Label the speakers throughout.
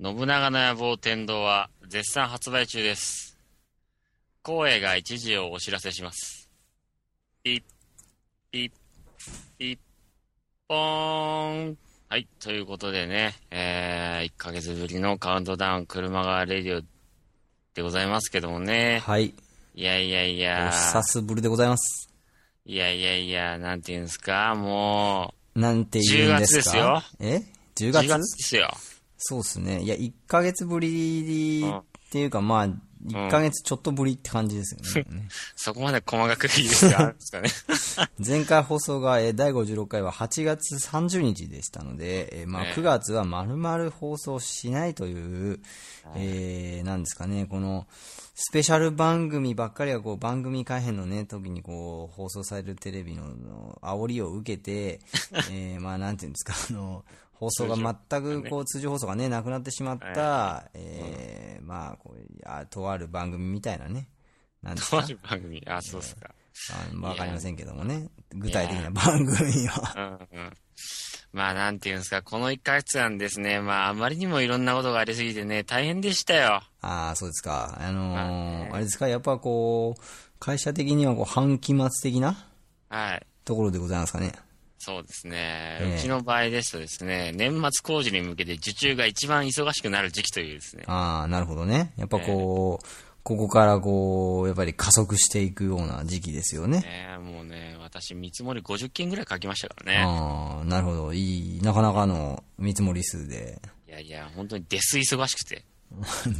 Speaker 1: 信長の野望天堂は絶賛発売中です。光栄が一時をお知らせします。ピッ、ピッ、ピッ、ポーン。はい、ということでね、えー、1ヶ月ぶりのカウントダウン車がレディオでございますけどもね。
Speaker 2: はい。
Speaker 1: いやいやい
Speaker 2: お
Speaker 1: や、
Speaker 2: 久しぶりでございます。
Speaker 1: いやいやいや、なんていうんですか、も
Speaker 2: なんて言うんですかえ
Speaker 1: う、
Speaker 2: 10
Speaker 1: 10
Speaker 2: 月
Speaker 1: 月ですよ。
Speaker 2: そうっすね。いや、1ヶ月ぶりっていうか、まあ、1ヶ月ちょっとぶりって感じですよね。
Speaker 1: そこまで細かくいいですかです かね。
Speaker 2: 前回放送が、えー第56回は8月30日でしたので、えーまあ、
Speaker 1: ね
Speaker 2: 9月は丸々放送しないという、えーなんですかね、この、スペシャル番組ばっかりがこう番組改編のね、時にこう放送されるテレビのの煽りを受け て、えーまあなんていうんですか、あの、放送が全くこう通常放送がね、なくなってしまった、えーまあこうあ、とある番組みたいなね、なんです
Speaker 1: と
Speaker 2: か
Speaker 1: ある番組。あ、そうですか。
Speaker 2: あのわかりませんけどもね、具体的な番組は。
Speaker 1: うんうんまあ、なんていうんですか、この1ヶ月間ですね、まあ、あまりにもいろんなことがありすぎてね、大変でしたよ。
Speaker 2: ああ、そうですか。あのーあれですか、やっぱこう、会社的にはこう半期末的な
Speaker 1: はい。
Speaker 2: ところでございますかね。
Speaker 1: そうです
Speaker 2: え
Speaker 1: ね
Speaker 2: え。
Speaker 1: うちの場合ですとですね、年末工事に向けて受注が一番忙しくなる時期というですね。
Speaker 2: ああ、なるほどね。やっぱこう、ここからこう、やっぱり加速していくような時期ですよね。
Speaker 1: ねもうね、私見積もり50件ぐらい書きましたからね。
Speaker 2: ああ、なるほど。いい、なかなかの見積もり数で。
Speaker 1: いやいや、本当にデス忙しくて。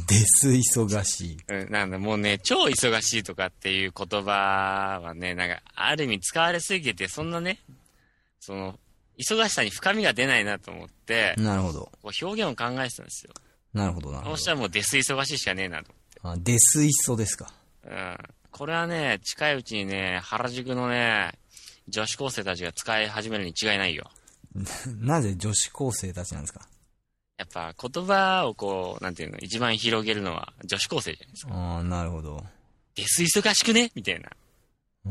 Speaker 2: です、忙しい。
Speaker 1: うん、なんだ、もうね、超忙しいとかっていう言葉はね、なんか、ある意味使われすぎてて、そんなね、その、忙しさに深みが出ないなと思って、
Speaker 2: なるほど。
Speaker 1: こう表現を考えてたんですよ。
Speaker 2: なるほど、なる
Speaker 1: そ
Speaker 2: ほ
Speaker 1: うしたらもうデス忙しいしかねえなと。
Speaker 2: ど。あです、忙ですか。
Speaker 1: うん。これはね、近いうちにね、原宿のね、女子高生たちが使い始めるに違いないよ。
Speaker 2: なぜ女子高生たちなんですか
Speaker 1: やっぱ言葉をこう、なんていうの、一番広げるのは女子高生じゃないですか。
Speaker 2: ああ、なるほど。
Speaker 1: デス忙しくねみたいな。
Speaker 2: あ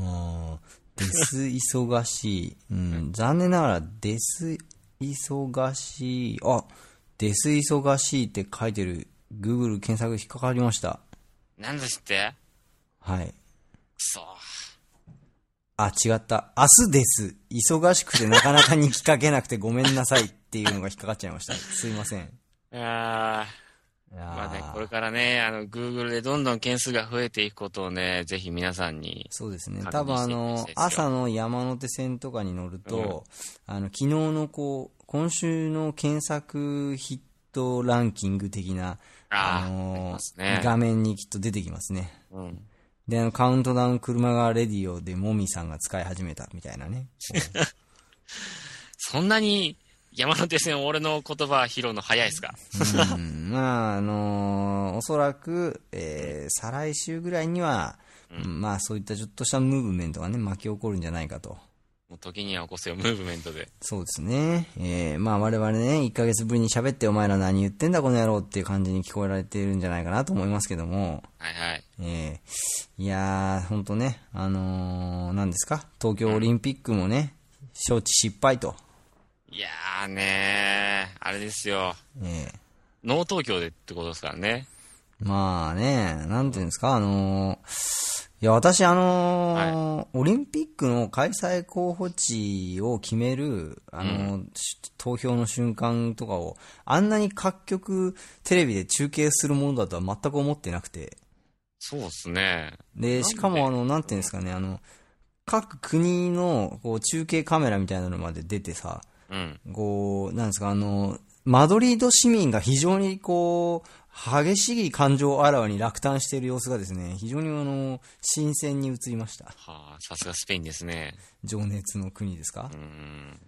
Speaker 2: ーです、忙しい。うん、残念ながら、です、忙しい。あ、です、忙しいって書いてる Google 検索引っかかりました。
Speaker 1: なんですって
Speaker 2: はい。
Speaker 1: くそ。
Speaker 2: あ、違った。明日です。忙しくてなかなかに聞かけなくてごめんなさいっていうのが引っかかっちゃいました。すいません。
Speaker 1: あー。
Speaker 2: いやー
Speaker 1: まあね、これからね、あの、Google でどんどん件数が増えていくことをね、ぜひ皆さんに。
Speaker 2: そうですね。多
Speaker 1: 確認
Speaker 2: 分あ
Speaker 1: していく必要
Speaker 2: の
Speaker 1: で、すよ
Speaker 2: 朝の山手線とかに乗ると、あの、昨日のこう、今週の検索ヒットランキング的な、
Speaker 1: あー
Speaker 2: のー
Speaker 1: ありますね
Speaker 2: 画面にきっと出てきますね。
Speaker 1: うん。
Speaker 2: で、あの、カウントダウン車がレディオでもみさんが使い始めたみたい なね。
Speaker 1: そんなに山手線俺の言葉拾うの早いですか
Speaker 2: うんまあ、あのーおそらく、えー再来週ぐらいには、まあ、そういったちょっとしたムーブメントがね、巻き起こるんじゃないかと。
Speaker 1: もう時には起こせよ、ムーブメントで。
Speaker 2: そうですね。えー、まあ我々ね、1ヶ月ぶりに喋ってお前ら何言ってんだこの野郎っていう感じに聞こえられてるんじゃないかなと思いますけども、
Speaker 1: はいはい。
Speaker 2: えー、いやー、ほんとね、あのー、何ですか東京オリンピックもね、招致失敗と。
Speaker 1: いやーねー、あれですよ。
Speaker 2: えー、
Speaker 1: ノー東京でってことですからね。
Speaker 2: まあね、なんていうんですか、あのーいや、私、あのーオリンピックの開催候補地を決める、あのーし投票の瞬間とかを、あんなに各局テレビで中継するものだとは全く思ってなくて。
Speaker 1: そうですね。
Speaker 2: で、しかも、あの、なんていうんですかね、あの、各国の、こう、中継カメラみたいなのまで出てさ、
Speaker 1: うん。
Speaker 2: こう、なんですか、あの、マドリード市民が非常にこう、激しい感情をあらわに落胆している様子がですね、非常にあの、新鮮に映りました。
Speaker 1: はあ、さすがスペインですね。
Speaker 2: 情熱の国ですか
Speaker 1: う、ん。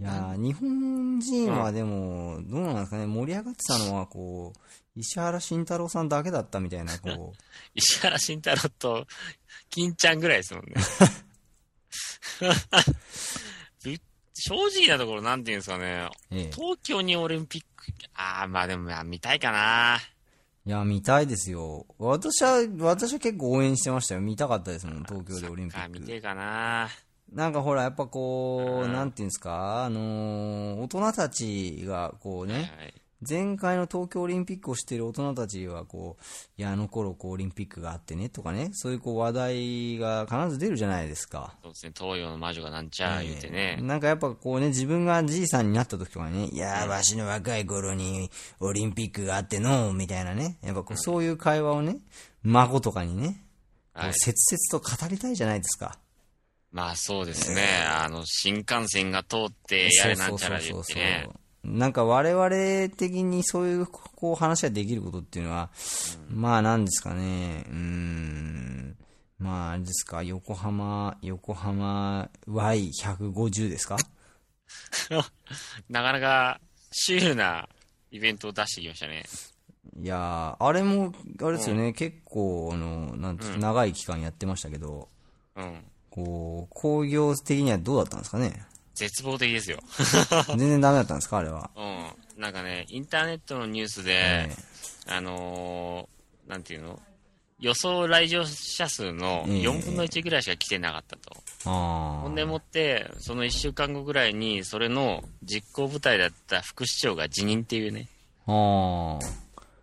Speaker 2: いやー日本人はでも、どうなんですかね、盛り上がってたのはこう、石原慎太郎さんだけだったみたいな、 こう、
Speaker 1: 石原慎太郎と、金ちゃんぐらいですもんね。 ぶ正直なところ、なんていうんですかね。
Speaker 2: ええ、
Speaker 1: 東京にオリンピック、ああ、まあでも、まあ見たいかな。
Speaker 2: いや、見たいですよ。私は、私は結構応援してましたよ。見たかったですもん、東京でオリンピ
Speaker 1: あ
Speaker 2: ッ
Speaker 1: ー見
Speaker 2: ク。
Speaker 1: てえかな。
Speaker 2: なんかほら、やっぱこう、
Speaker 1: うん
Speaker 2: なんていうんですか、あのー大人たちがこうね、
Speaker 1: はい。
Speaker 2: 前回の東京オリンピックを知っている大人たちはこう、いや、あの頃こうオリンピックがあってねとかね、そういうこう話題が必ず出るじゃないですか。
Speaker 1: そうですね、東洋の魔女がなんちゃ言うてね。
Speaker 2: なんかやっぱこうね、自分がじいさんになった時とかね、いやー、わしの若い頃にオリンピックがあってのー、みたいなね、やっぱこうそういう会話をね、孫とかにね、こ
Speaker 1: は
Speaker 2: う
Speaker 1: い
Speaker 2: 切々と語りたいじゃないですか。
Speaker 1: まあそうですね、あの、新幹線が通って、やれなんちゃら言ってね。
Speaker 2: なんか我々的にそういうこう話ができることっていうのは、まあなんですかね、うーん、まああれですか、横浜、横浜 Y150 ですか
Speaker 1: なかなか、シュールなイベントを出してきましたね。
Speaker 2: いやー、あれも、あれですよね、結構、あの、なんて長い期間やってましたけど、
Speaker 1: うん。
Speaker 2: こう、工業的にはどうだったんですかね
Speaker 1: 絶望的ですよ。
Speaker 2: 全然ダメだったんですかあれは。
Speaker 1: うん。なんかね、インターネットのニュースで、あのーなんていうの予想来場者数の
Speaker 2: ええ
Speaker 1: 4分の1ぐらいしか来てなかったと。
Speaker 2: あ
Speaker 1: ほん
Speaker 2: ー
Speaker 1: でもって、その1週間後ぐらいに、それの実行部隊だった副市長が辞任っていうね、
Speaker 2: あー。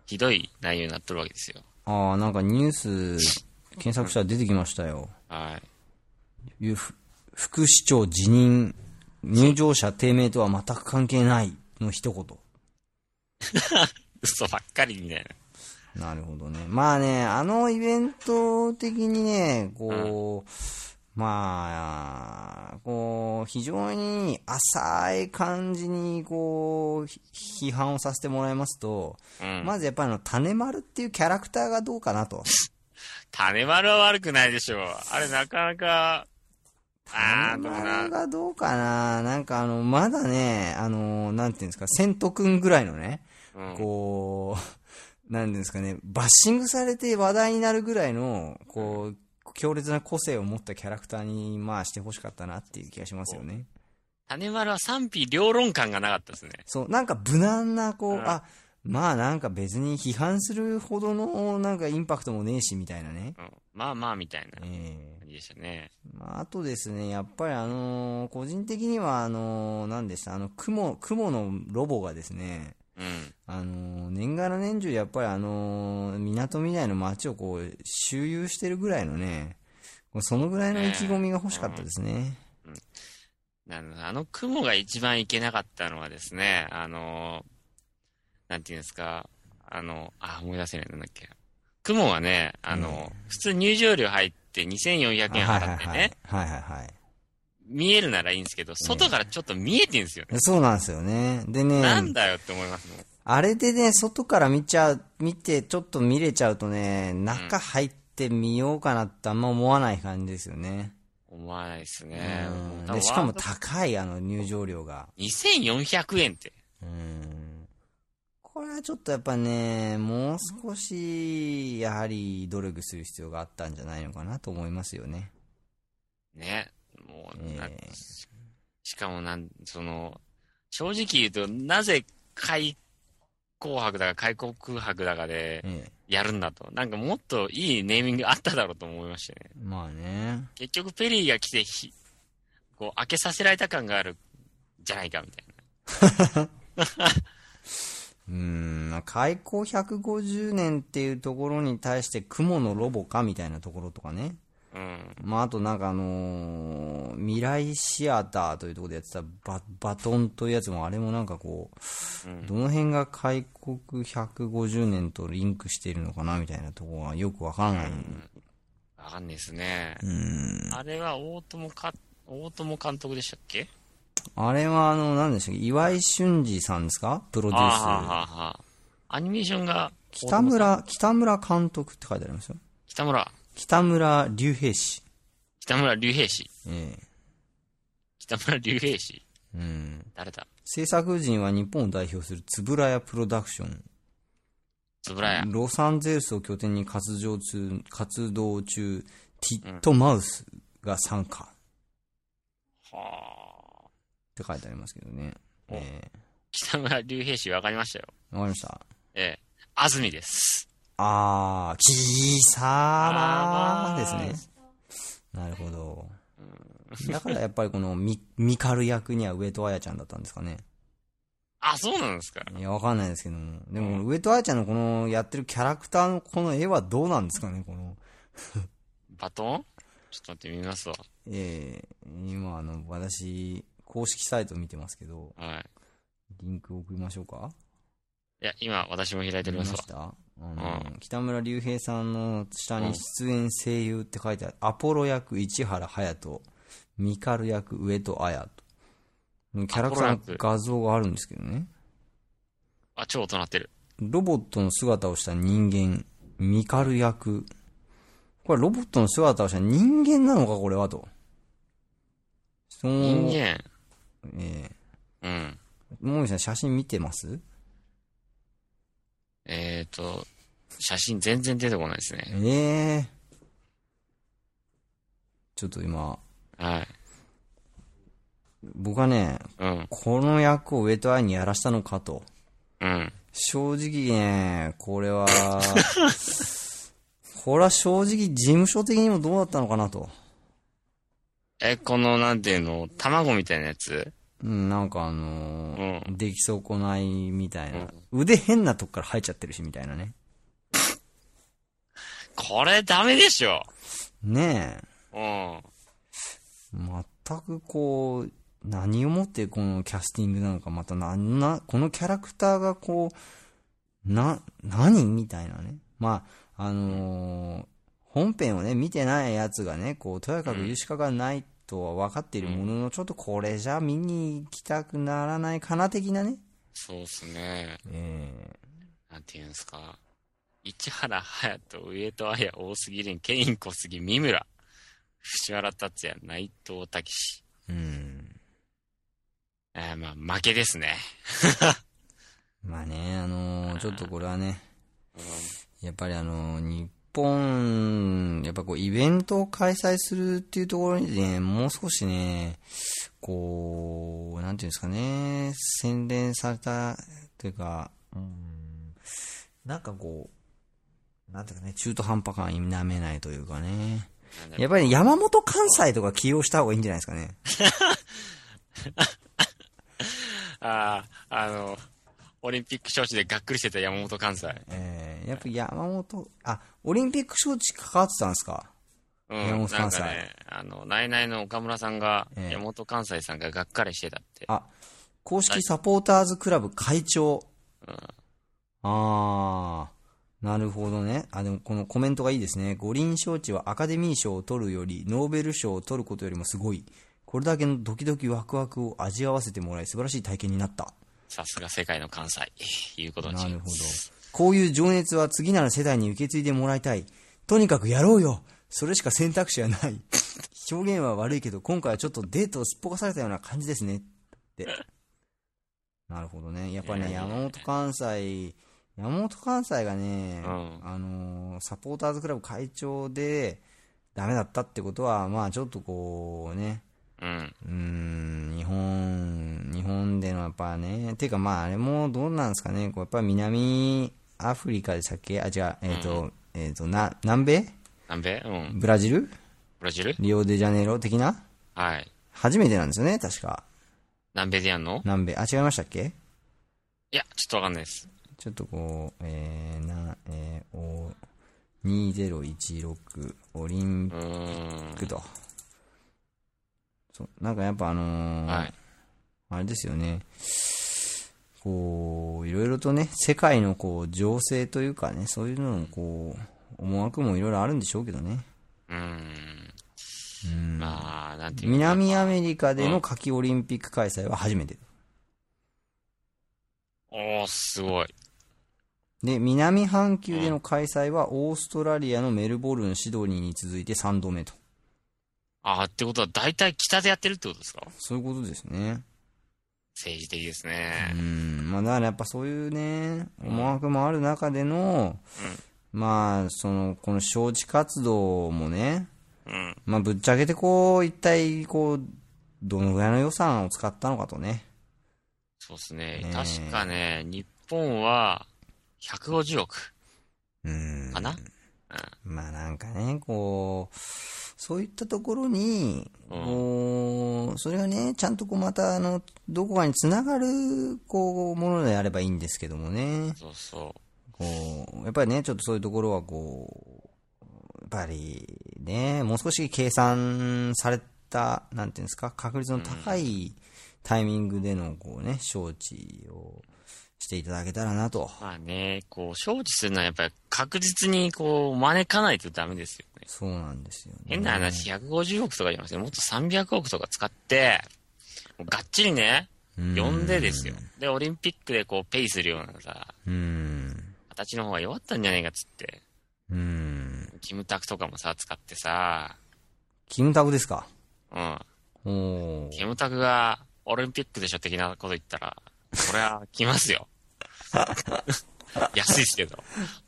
Speaker 1: ひどい内容になっとるわけですよ。
Speaker 2: ああ、なんかニュース検索したら出てきましたよ。
Speaker 1: はい。
Speaker 2: いうふ副市長辞任、入場者低迷とは全く関係ないの一言。
Speaker 1: 嘘ばっかりみたいな。
Speaker 2: なるほどね。まあね、あのイベント的にね、こう、まあ、こう、非常に浅い感じに、こう、ひ批判をさせてもらいますと、
Speaker 1: うん
Speaker 2: まずやっぱりあの、種丸っていうキャラクターがどうかなと。
Speaker 1: 種丸は悪くないでしょう。あれなかなか、あー、でも
Speaker 2: 丸
Speaker 1: な、
Speaker 2: がどうかななんかあの、まだね、あの、なんていうんですか、セント君ぐらいのね、
Speaker 1: うん。
Speaker 2: こう、なんていうんですかね、バッシングされて話題になるぐらいの、こう、強烈な個性を持ったキャラクターに、まあ、してほしかったなっていう気がしますよね。
Speaker 1: 種丸は賛否両論感がなかったですね。
Speaker 2: そう、なんか無難な、こう、
Speaker 1: うん
Speaker 2: あ、まあなんか別に批判するほどの、なんかインパクトもねえし、みたいなね。
Speaker 1: うん。まあまあみたいな
Speaker 2: え
Speaker 1: 感
Speaker 2: え
Speaker 1: じでしたね。
Speaker 2: まあ、あとですね、やっぱりあのー個人的には、あのー、何でした、あの、雲、雲のロボがですね、
Speaker 1: うん。
Speaker 2: あのー年がら年中、やっぱりあのー、港未来の街をこう、周遊してるぐらいのね、こうそのぐらいの意気込みが欲しかったですね。
Speaker 1: なるほどあの雲が一番いけなかったのはですね、あの、なんていうんですか、あの、あ、思い出せない、なんだっけ。雲はね、あの、普通入場料入って2400円
Speaker 2: あはい
Speaker 1: 払って
Speaker 2: はいはい
Speaker 1: ね、。
Speaker 2: はいはいはい。
Speaker 1: 見えるならいいんですけど、外からちょっと見えてんですよね。
Speaker 2: そうなんですよね。でね、
Speaker 1: なんだよって思いますもん。
Speaker 2: あれでね、外から見ちゃう、見て、ちょっと見れちゃうとね、中入ってみようかなってあんま思わない感じですよね。
Speaker 1: 思わないですね。もう
Speaker 2: うん
Speaker 1: 多分
Speaker 2: でしかも
Speaker 1: ワール
Speaker 2: 高いあの入場料が
Speaker 1: ド2400円って。
Speaker 2: うんこれはちょっとやっぱねもう少しやはり努力する必要があったんじゃないのかなと思いますよね
Speaker 1: ね。もう、な
Speaker 2: ええ
Speaker 1: ししかもなん、その、正直言うと、なぜ開紅白だか開国白だかで
Speaker 2: ええ
Speaker 1: やるんだと。なんかもっといいネーミングあっただろうと思いましたね。
Speaker 2: まあね
Speaker 1: 結局ペリーが来てひ、こう、開けさせられた感がある、じゃないか、みたいな。
Speaker 2: うんまあ開港150年っていうところに対して雲のロボかみたいなところとかね
Speaker 1: うん。
Speaker 2: まあ、あとなんかあのー未来シアターというところでやってたババトンというやつもあれもなんかこう、
Speaker 1: うん
Speaker 2: どの辺が開国150年とリンクしているのかなみたいなところがよくわからない。
Speaker 1: わかんないですね。
Speaker 2: うん。
Speaker 1: あれは大友か、大友監督でしたっけ
Speaker 2: あれはあの、なんでしたっけ、岩井俊二さんですかプロデュ
Speaker 1: あーはー
Speaker 2: ース。
Speaker 1: はーはーアニメーションが、
Speaker 2: 北村、北村監督って書いてありますよ。
Speaker 1: 北村、
Speaker 2: 北村隆平氏。
Speaker 1: 北村隆平氏。
Speaker 2: え
Speaker 1: 北村隆平氏。
Speaker 2: えうん。
Speaker 1: 誰だ
Speaker 2: 制作陣は日本を代表するつぶらやプロダクション。
Speaker 1: つぶらや。
Speaker 2: ロサンゼルスを拠点に活動中、活動中、ティットマウスが参加っ
Speaker 1: はあ。
Speaker 2: て書いてありますけどね。
Speaker 1: お
Speaker 2: え
Speaker 1: 北村隆平氏分かりましたよ。
Speaker 2: ーわかりました。
Speaker 1: ええ。安住です。
Speaker 2: あー、キーサーマーですね。なるほど。だからやっぱりこのミ、ミカル役には上戸彩ちゃんだったんですかね。
Speaker 1: あ、そうなんですか。
Speaker 2: いや、わかんないですけども。でも、上戸彩ちゃんのこのやってるキャラクターのこの絵はどうなんですかね、この。
Speaker 1: バトンちょっと待って、見ますわ。
Speaker 2: ええ今、あの、私、公式サイト見てますけど、
Speaker 1: はい。
Speaker 2: リンク送りましょうか
Speaker 1: いや、今、私も開いておりますわ
Speaker 2: 見。たあの、北村隆平さんの下に出演声優って書いてある、アポロ役市原隼人、ミカル役上戸彩と。キャラクターの画像があるんですけどね。
Speaker 1: あ、超大人ってる。
Speaker 2: ロボットの姿をした人間、ミカル役。これロボットの姿をした人間なのか、これはと。質
Speaker 1: 人
Speaker 2: 問を、
Speaker 1: 間。
Speaker 2: え
Speaker 1: うん。
Speaker 2: ー、もみさん写真見てます
Speaker 1: えーと、写真全然出てこないですね。
Speaker 2: ええちょっと今、
Speaker 1: はい。
Speaker 2: 僕はね、
Speaker 1: うん。
Speaker 2: この役を上戸愛にやらしたのかと。
Speaker 1: うん。
Speaker 2: 正直ね、これは、 これは正直事務所的にもどうだったのかなと。
Speaker 1: え、この、なんていうの、卵みたいなやつ
Speaker 2: うん、なんかあのー
Speaker 1: う
Speaker 2: 出来損ないみたいな。腕変なとこから生えちゃってるし、みたいなね。
Speaker 1: これダメでしょ。
Speaker 2: ね
Speaker 1: うん。
Speaker 2: え。全くこう、何をもってこのキャスティングなのか、またなんな、このキャラクターがこう、な、何みたいなね。まあ、あのー本編をね、見てないやつがね、こう、とやかく優しかがないとは分かっているものの、ちょっとこれじゃ見に行きたくならないかな、的なね。
Speaker 1: そうっすね。
Speaker 2: え
Speaker 1: なんていうんですか。市原隼人、上戸彩、大杉凛、ケイン小杉、三村、藤原達也、内藤武志。
Speaker 2: えうん。
Speaker 1: えー、まあ、負けですね。
Speaker 2: まあね、あのーちょっとこれはね、
Speaker 1: うん。
Speaker 2: やっぱりあのー日本、やっぱこう、イベントを開催するっていうところにね、もう少しね、こう、なんていうんですかね、洗練された、というか、うん、なんかこう、なんていうかね、中途半端感否めないというかね。やっぱり山本関西とか起用した方がいいんじゃないですかね。
Speaker 1: ああ、あの、オリンピック招致でがっくりしてた山本関西。
Speaker 2: えー、やっぱ山本、あ、オリンピック招致関わってたんですか
Speaker 1: うん、
Speaker 2: 山本関西
Speaker 1: なんかね、あの、ナイナイの岡村さんが、
Speaker 2: ええ
Speaker 1: 山本関西さんががっかりしてたって。
Speaker 2: あ、公式サポーターズクラブ会長。
Speaker 1: うん
Speaker 2: あー、なるほどね。あ、でもこのコメントがいいですね。五輪招致はアカデミー賞を取るより、ノーベル賞を取ることよりもすごい。これだけのドキドキワクワクを味わわせてもらい、素晴らしい体験になった。
Speaker 1: さすが世界の関西。いうことに
Speaker 2: な
Speaker 1: し
Speaker 2: る
Speaker 1: ま
Speaker 2: ほど
Speaker 1: す。。
Speaker 2: こういう情熱は次なる世代に受け継いでもらいたい。とにかくやろうよそれしか選択肢はない。 表現は悪いけど、今回はちょっとデートをすっぽかされたような感じですね。って。なるほどね。やっぱね、
Speaker 1: えー
Speaker 2: 山本関西、山本関西がね、
Speaker 1: うん
Speaker 2: あのーサポーターズクラブ会長で、ダメだったってことは、まあちょっとこうね、
Speaker 1: うん。
Speaker 2: うーん、日本、日本でのやっぱね、ていうかまああれもどうなんですかね、こうやっぱ南アフリカでしたっけあ、違う、えっ、と、えっ、と、な、南米
Speaker 1: 南米うん。
Speaker 2: ブラジル
Speaker 1: ブラジル
Speaker 2: リオデジャネイロ的な
Speaker 1: はい。
Speaker 2: 初めてなんですよね、確か。
Speaker 1: 南米でやんの
Speaker 2: 南米、あ、違いましたっけ
Speaker 1: いや、ちょっとわかんないです。
Speaker 2: ちょっとこう、えー、な、えー、お、2016オリ
Speaker 1: う
Speaker 2: ン
Speaker 1: ーん。
Speaker 2: ピックと。そう、なんかやっぱあのー
Speaker 1: はい。
Speaker 2: あれですよね、こう、いろいろとね、世界のこう、情勢というかね、そういうののこう、思惑もいろいろあるんでしょうけどね。
Speaker 1: うーん。
Speaker 2: うん
Speaker 1: まあ、なんていうのかな
Speaker 2: 南アメリカでの夏季オリンピック開催は初めて。
Speaker 1: おー、すごい。
Speaker 2: で、南半球での開催はオーストラリアのメルボルン、シドニーに続いて3度目と。
Speaker 1: あーってことは大体北でやってるってことですか
Speaker 2: そういうことですね。
Speaker 1: 政治的です
Speaker 2: う
Speaker 1: ね。
Speaker 2: ん、まあだからやっぱそういうね、思惑もある中での、まあ、その、この招致活動もね、
Speaker 1: うん。
Speaker 2: まあ、ぶっちゃけてこう、一体、こう、どのぐらいの予算を使ったのかとね。
Speaker 1: そうですね
Speaker 2: ね。
Speaker 1: 確かね、日本は150億
Speaker 2: うん
Speaker 1: かな
Speaker 2: まあなんかね、こう、そういったところに、こうそれがね、ちゃんとこうまたあのどこかにつながるこうものであればいいんですけどもね、
Speaker 1: そうそ
Speaker 2: こうやっぱりね、ちょっとそういうところはこう、やっぱりね、もう少し計算された、なんていうんですか、確率の高いタイミングでのこうね、招致をしていただけたらなと。
Speaker 1: う。まあね、こう、招致するのはやっぱり確実にこう、招かないとダメですよね。
Speaker 2: そうなんですよね。
Speaker 1: 変な話、150億とか言いますけど、もっと300億とか使って、もうがっちりね、呼んでですよ。で、オリンピックでこう、ペイするようなさ、
Speaker 2: うん。
Speaker 1: 形の方が弱ったんじゃないかっつって、
Speaker 2: うん。
Speaker 1: キムタクとかもさ、使ってさ、
Speaker 2: キムタクですか
Speaker 1: うん。
Speaker 2: おお。
Speaker 1: キムタクがオリンピックでしょ的なこと言ったら、これは来ますよ。 安いですけど。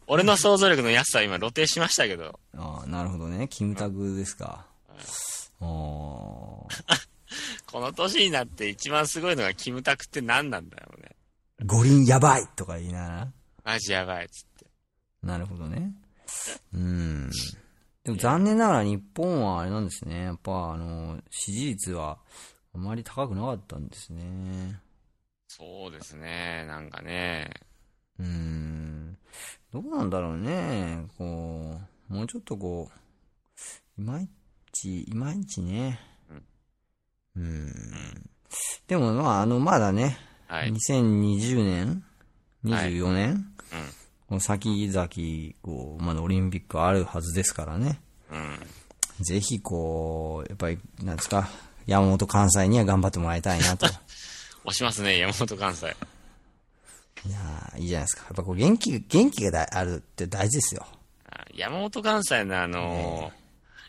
Speaker 1: 俺の想像力の安さは今露呈しましたけど、
Speaker 2: ああ、なるほどね。キムタクですか。ああ。
Speaker 1: この年になって一番すごいのがキムタクって何なんだろうね。
Speaker 2: 五輪やばいとか言いながら。
Speaker 1: マジやばいっつって。
Speaker 2: なるほどね。うん。でも残念ながら日本はあれなんですね。やっぱあの、支持率はあまり高くなかったんですね。
Speaker 1: そうですね、なんかね。
Speaker 2: うん。どうなんだろうね。こう、もうちょっとこう、いまいち、いまいちね。うん。でもまあ、あの、まだね、
Speaker 1: はい。
Speaker 2: 2020年、24年、
Speaker 1: うん。
Speaker 2: この先々、こう、まだオリンピックあるはずですからね。
Speaker 1: うん。
Speaker 2: ぜひ、こう、やっぱり、なんですか、山本関西には頑張ってもらいた いなと。
Speaker 1: 押しますね、山本関西。
Speaker 2: いやーいいじゃないですか。やっぱこう、元気、元気がだあるって大事ですよ。
Speaker 1: あ山本関西のあのー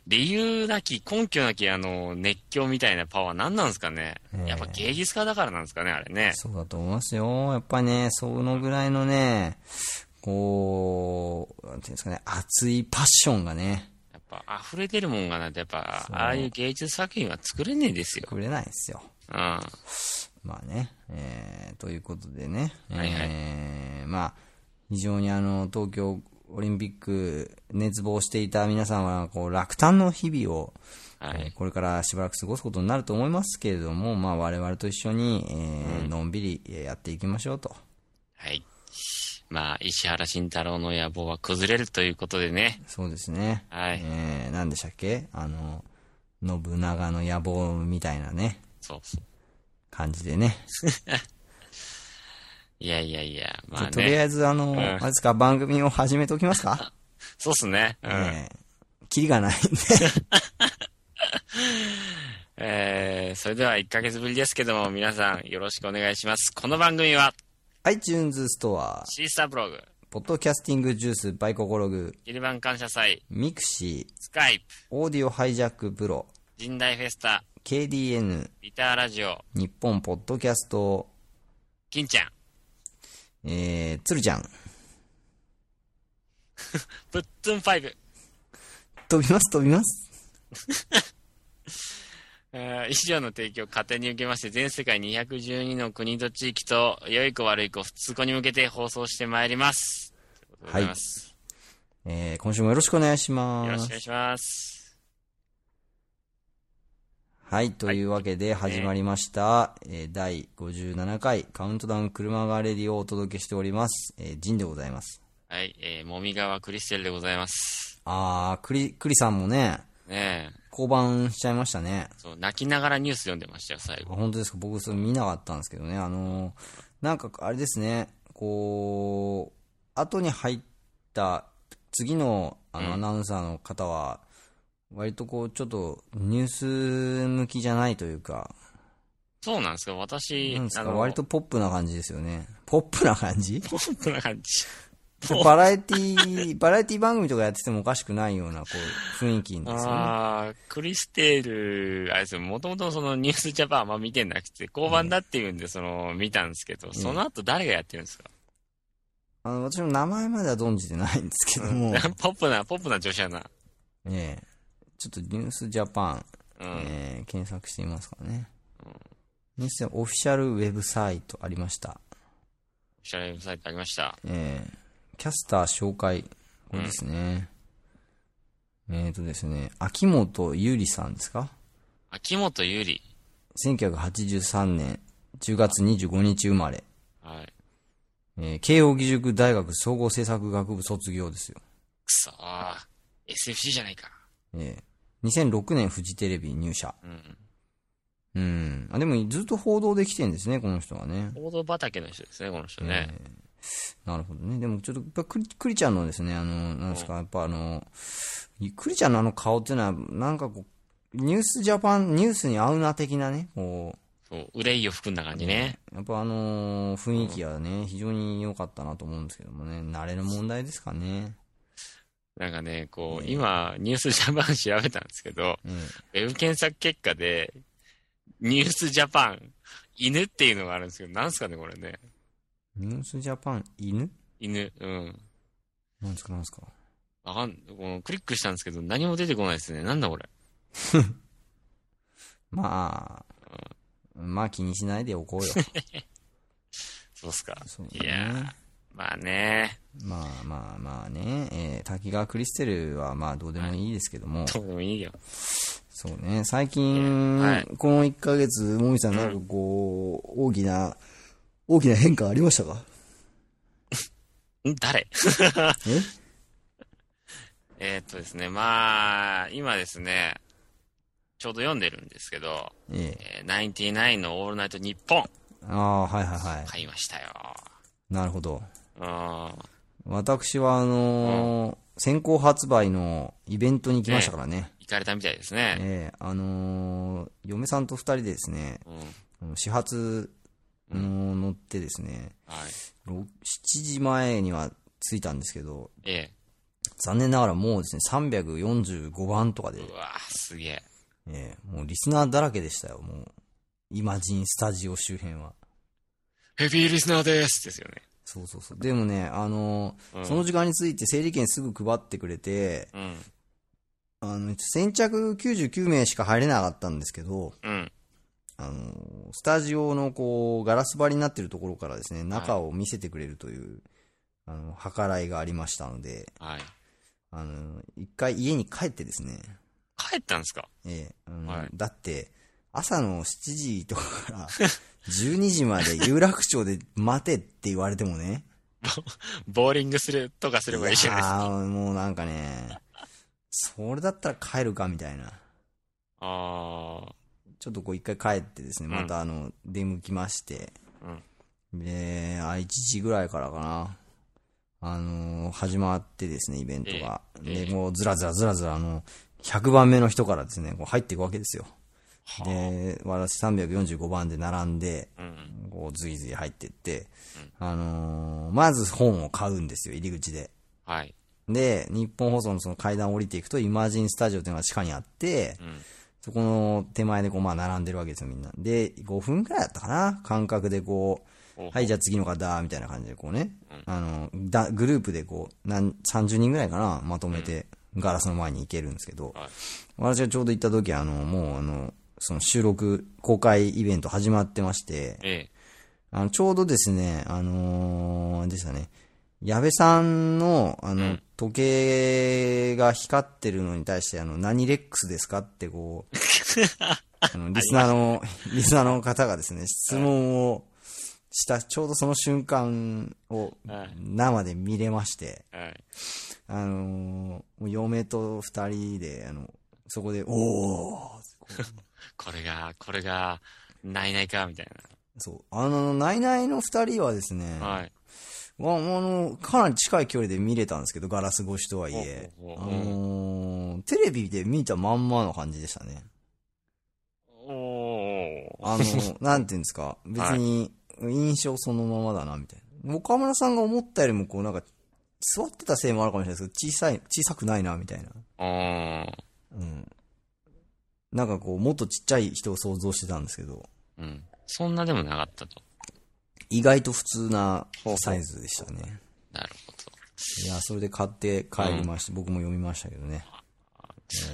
Speaker 1: 理由なき、根拠なき、あのー熱狂みたいなパワー何なんですかね、やっぱ芸術家だからなんですかね、あれね。
Speaker 2: そうだと思いますよ。やっぱね、そのぐらいのね、こう、なんていうんですかね、熱いパッションがね、
Speaker 1: やっぱ溢れてるもんがないと、やっぱ、ああいう芸術作品は作れねえですよ。
Speaker 2: くれないですよ。
Speaker 1: うん。は
Speaker 2: まあね、えーということでね、
Speaker 1: はいはい
Speaker 2: えーまあ、非常にあの、東京オリンピック熱望していた皆さんは、こう、落胆の日々を、え
Speaker 1: い
Speaker 2: ー。これからしばらく過ごすことになると思いますけれども、まあ、我々と一緒に、えーのんびりえーやっていきましょうと。
Speaker 1: はい。まあ、石原慎太郎の野望は崩れるということでね。
Speaker 2: そうですね。
Speaker 1: はい
Speaker 2: えー、何でしたっけあの、信長の野望みたいなね、
Speaker 1: そうそう。
Speaker 2: 感じでね。
Speaker 1: いやいやいや、まあ
Speaker 2: とり
Speaker 1: ね。
Speaker 2: あえず、あの、
Speaker 1: ん
Speaker 2: あれですか、番組を始めておきますか
Speaker 1: そうっすね。うん。
Speaker 2: えー、キリがないんで。
Speaker 1: えー、それでは1ヶ月ぶりですけども、皆さんよろしくお願いします。この番組は、
Speaker 2: iTunes ストア、
Speaker 1: シースターブログ、
Speaker 2: ポッドキャスティングジュース、バイココログ、
Speaker 1: ギルバン感謝祭、
Speaker 2: ミクシー、
Speaker 1: スカイプ、
Speaker 2: オーディオハイジャックブロ、
Speaker 1: 神代フェスタ、
Speaker 2: KDN、
Speaker 1: ギターラジオ、
Speaker 2: 日本ポッドキャスト、
Speaker 1: 金ちゃん、
Speaker 2: えー、つるちゃん、
Speaker 1: プッツンファイブ、
Speaker 2: 飛びます飛びます。
Speaker 1: えー以上の提供を勝手に受けまして、全世界212の国と地域と、良い子悪い子、普通子に向けて放送してまいります。
Speaker 2: は
Speaker 1: とうこ
Speaker 2: い
Speaker 1: とでござます
Speaker 2: えー、今週もよろしくお願いしま
Speaker 1: よろしくお
Speaker 2: す
Speaker 1: 願い。します。
Speaker 2: はい、というわけで始まりました、えー第57回カウントダウン車がレディをお届けしております。えー、ジンでございます。
Speaker 1: はい、えー、もみがわクリステルでございます。
Speaker 2: あー、クリ、クリさんもね、
Speaker 1: ねえ、
Speaker 2: 降板しちゃいましたね。
Speaker 1: そう、泣きながらニュース読んでましたよ、最
Speaker 2: あ
Speaker 1: 後。
Speaker 2: 本当ですか僕それ見なかったんですけどねあのーなんかあれですねこう後に入った次のあのアナウンサーの方は、割とこうちょっとニュース向きじゃないというか
Speaker 1: そうなんですか、私、
Speaker 2: なんです
Speaker 1: あ
Speaker 2: か
Speaker 1: の
Speaker 2: 割とポップな感じですよね ポップな感じ
Speaker 1: ポップな感じ。
Speaker 2: バラエティバラエティ番組とかやっててもおかしくないようなこう雰囲気ですよね
Speaker 1: ああ、クリステル、あれですよ、もともとそのニュースジャパンあんま見てなくて、交番だっていうんで、その、見たんですけど、その後誰がやってるんですか、
Speaker 2: あの私も名前までは存じてないんですけども、
Speaker 1: ポップな、ポップな女子アナ。
Speaker 2: ええちょっとニュースジャパン
Speaker 1: うん。
Speaker 2: えー検索してみますからね。ニュースオフィシャルウェブサイトありました。
Speaker 1: おしゃれサイトありました。
Speaker 2: えーキャスター紹介、これですね。えーとですね、秋元ゆりさんですか
Speaker 1: 秋元ゆり。
Speaker 2: ?1983 年10月25日生まれ。
Speaker 1: はい。
Speaker 2: えー慶應義塾大学総合政策学部卒業ですよ。
Speaker 1: くそー。SFC じゃないか。
Speaker 2: えー2006年フジテレビ入社。
Speaker 1: うん。
Speaker 2: うん。あ、でもずっと報道できてんですね、この人はね。
Speaker 1: 報道畑の人ですね、この人ね。
Speaker 2: なるほどね。でもちょっと、やっぱクリ、クリちゃんのですね、あの、なんですか、やっぱあの、クリちゃんのあの顔っていうのは、なんかこう、ニュースジャパン、ニュースに合うな的なね、こう、
Speaker 1: そう、憂いを含んだ感じね。
Speaker 2: やっぱあのー雰囲気はね、非常に良かったなと思うんですけどもね、慣れの問題ですかね。
Speaker 1: なんかね、こう、今、ニュースジャパン調べたんですけど、
Speaker 2: え
Speaker 1: ウェブ検索結果で、ニュースジャパン、犬っていうのがあるんですけど、なんすかね、これね。
Speaker 2: えニュースジャパン、犬
Speaker 1: 犬、うん。
Speaker 2: なんですか、なんですか。
Speaker 1: わかん、このクリックしたんですけど、何も出てこないですね。なんだこれ。
Speaker 2: まあ、まあ気にしないでおこ うよ。
Speaker 1: そうっすか。
Speaker 2: そう
Speaker 1: いやー、まあね、
Speaker 2: まあまあまあね、えー滝川クリステルはまあどうでもいいですけども、
Speaker 1: どうでもいいよ。
Speaker 2: そうね、最近、
Speaker 1: はい
Speaker 2: この1ヶ月、もみさんなんかこう、大きな、大きな変化ありましたか
Speaker 1: ん誰
Speaker 2: え
Speaker 1: えーっとですね、まあ、今ですね、ちょうど読んでるんですけど、
Speaker 2: え
Speaker 1: え
Speaker 2: え
Speaker 1: ー、99のオールナイトニッポン
Speaker 2: ああー、はいはいはい。
Speaker 1: 買いましたよ。
Speaker 2: なるほど。
Speaker 1: うん。あ
Speaker 2: 私はあのー先行発売のイベントに来ましたからね。
Speaker 1: 行かれたみたいですね。
Speaker 2: ええあのー嫁さんと二人でですね、
Speaker 1: うん。
Speaker 2: 始発の乗ってですね、
Speaker 1: はい。
Speaker 2: ろ7時前には着いたんですけど、
Speaker 1: ええ。
Speaker 2: 残念ながらもうですね、345番とかで、
Speaker 1: うわーすげえ。
Speaker 2: ええもうリスナーだらけでしたよ、もう。イマジンスタジオ周辺は。
Speaker 1: ヘビーリスナーですですよね。
Speaker 2: そうそうそう。でもね、あのー
Speaker 1: うん
Speaker 2: その時間について整理券すぐ配ってくれて、
Speaker 1: うん。
Speaker 2: あの、先着99名しか入れなかったんですけど、
Speaker 1: うん。
Speaker 2: あの、スタジオのこう、ガラス張りになってるところからですね、中を見せてくれるという、あの、計らいがありましたので、
Speaker 1: はい。
Speaker 2: あの、一回家に帰ってですね、
Speaker 1: 帰ったんですか
Speaker 2: ええ、あの
Speaker 1: はい
Speaker 2: だって、朝の7時とかから 12時まで有楽町で待てって言われてもね、
Speaker 1: ボーリングするとかすればいいじゃないですか。
Speaker 2: ああ、もうなんかね、それだったら帰るかみたいな。
Speaker 1: ああ。
Speaker 2: ちょっとこう一回帰ってですね、またあの、出向きまして、で、あ、1時ぐらいからかな、あのー始まってですね、イベントが。
Speaker 1: えええ
Speaker 2: で、こう、ずらずらずらずら、あの、100番目の人からですね、こう入っていくわけですよ。で、私345番で並んで、
Speaker 1: うん。
Speaker 2: こう、ずいずい入ってって、あのーまず本を買うんですよ、入り口で。
Speaker 1: はい。
Speaker 2: で、日本放送のその階段を降りていくと、イマージンスタジオっていうのが地下にあって、
Speaker 1: ん
Speaker 2: そこの手前でこう、まあ、並んでるわけですよ、みんな。で、5分くらいだったかな間隔でこ
Speaker 1: お
Speaker 2: う、はい、じゃあ次の方、みたいな感じでこうね、あの、だグループでこう、なん30人くらいかなまとめて、ガラスの前に行けるんですけど、
Speaker 1: はい
Speaker 2: 私がちょうど行った時、あの、もうあの、その収録、公開イベント始まってまして、
Speaker 1: ええ。
Speaker 2: あの、ちょうどですね、あのーあれでしたね、矢部さんの、あの、時計が光ってるのに対して、あの、何レックスですかってこう、 あの、リスナーの、リスナーの方がですね、質問をした、ちょうどその瞬間を
Speaker 1: はい
Speaker 2: 生で見れまして、
Speaker 1: はい。
Speaker 2: あのーもう嫁と二人で、あの、そこで、おー
Speaker 1: これが、これが、ないないか、みたい
Speaker 2: そう、あの、ナイナイの二人はですね、
Speaker 1: な。はい。
Speaker 2: まあ、あの、かなり近い距離で見れたんですけど、ガラス越しとはいえ。
Speaker 1: ほう
Speaker 2: あ
Speaker 1: ほうほう
Speaker 2: のーテレビで見たまんまの感じでしたね。
Speaker 1: おおー。
Speaker 2: あの、なんていうんで すか、別に印象そのままだな、みたいな。岡村さんが思ったよりも、こう、なんか、座ってたせいもあるかもしれないですけど、小さい、小さくないな、みたいな。
Speaker 1: うーん。
Speaker 2: うん。なんかこう、もっとちっちゃい人を想像してたんですけど、
Speaker 1: うん。そんなでもなかったと。
Speaker 2: 意外と普通なサイズでしたね。
Speaker 1: なるほど。
Speaker 2: いや、それで買って帰りまして、僕も読みましたけど ね。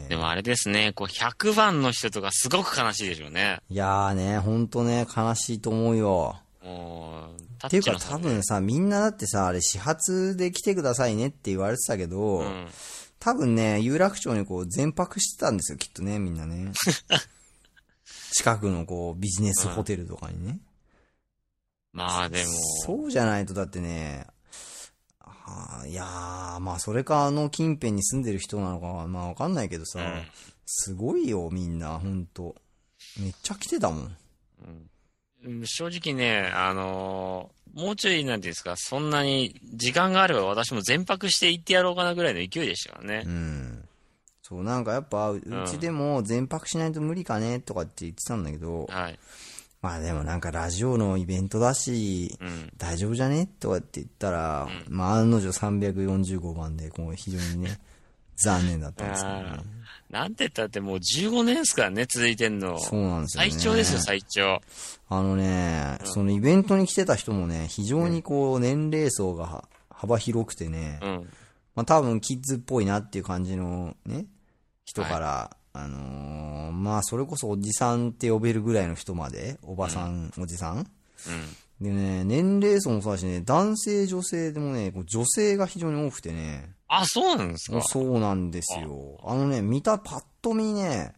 Speaker 1: でもあれですね、こう、100番の人とかすごく悲しいでしょうね。
Speaker 2: いやーね、ほんとね、悲しいと思うよ。
Speaker 1: もう、タ
Speaker 2: ってい
Speaker 1: ッ
Speaker 2: う
Speaker 1: チ
Speaker 2: か
Speaker 1: の差
Speaker 2: 多
Speaker 1: ね
Speaker 2: 分さ、みんなだってさ、あれ始発で来てくださいねって言われてたけど、
Speaker 1: うん。
Speaker 2: 多分ね、有楽町にこう全泊してたんですよ、きっとね、みん なね。近くのこう、ビジネスホテルとかにね。
Speaker 1: まあでも、
Speaker 2: そうじゃないと、だってね、あーいやー、まあそれかあの近辺に住んでる人なのかは、まあわかんないけどさ、
Speaker 1: うん
Speaker 2: すごいよ、みんな、ほんと。めっちゃ来てたもん。
Speaker 1: うん正直ね、あのーもうちょいなんていうんですか、そんなに時間があれば私も全泊して行ってやろうかなぐらいの勢いでしたからね
Speaker 2: う。ん。そう、なんかやっぱ、ううちでも全泊しないと無理かね、とかって言ってたんだけど、
Speaker 1: はい。
Speaker 2: まあでもなんかラジオのイベントだし、
Speaker 1: うん。
Speaker 2: 大丈夫じゃねとかって言ったら、まあ案の定345番で、こう非常 にね、残念だったんですけどね
Speaker 1: あ。なんて言ったってもう15年ですからね、続いてんの。
Speaker 2: そうなんですよね。
Speaker 1: 最長ですよ、最長。
Speaker 2: あのね、そのイベントに来てた人もね、非常にこう、年齢層がは幅広くてね、
Speaker 1: うん。
Speaker 2: まあ多分キッズっぽいなっていう感じのね、人から、あのーまあそれこそおじさんって呼べるぐらいの人まで、おばさん、おじさんでね、年齢層もそうだしね、男性、女性でもね、こう女性が非常に多くてね、
Speaker 1: あ、そうなんですか。
Speaker 2: そうなんですよ。あのね、見た、パッと見ね、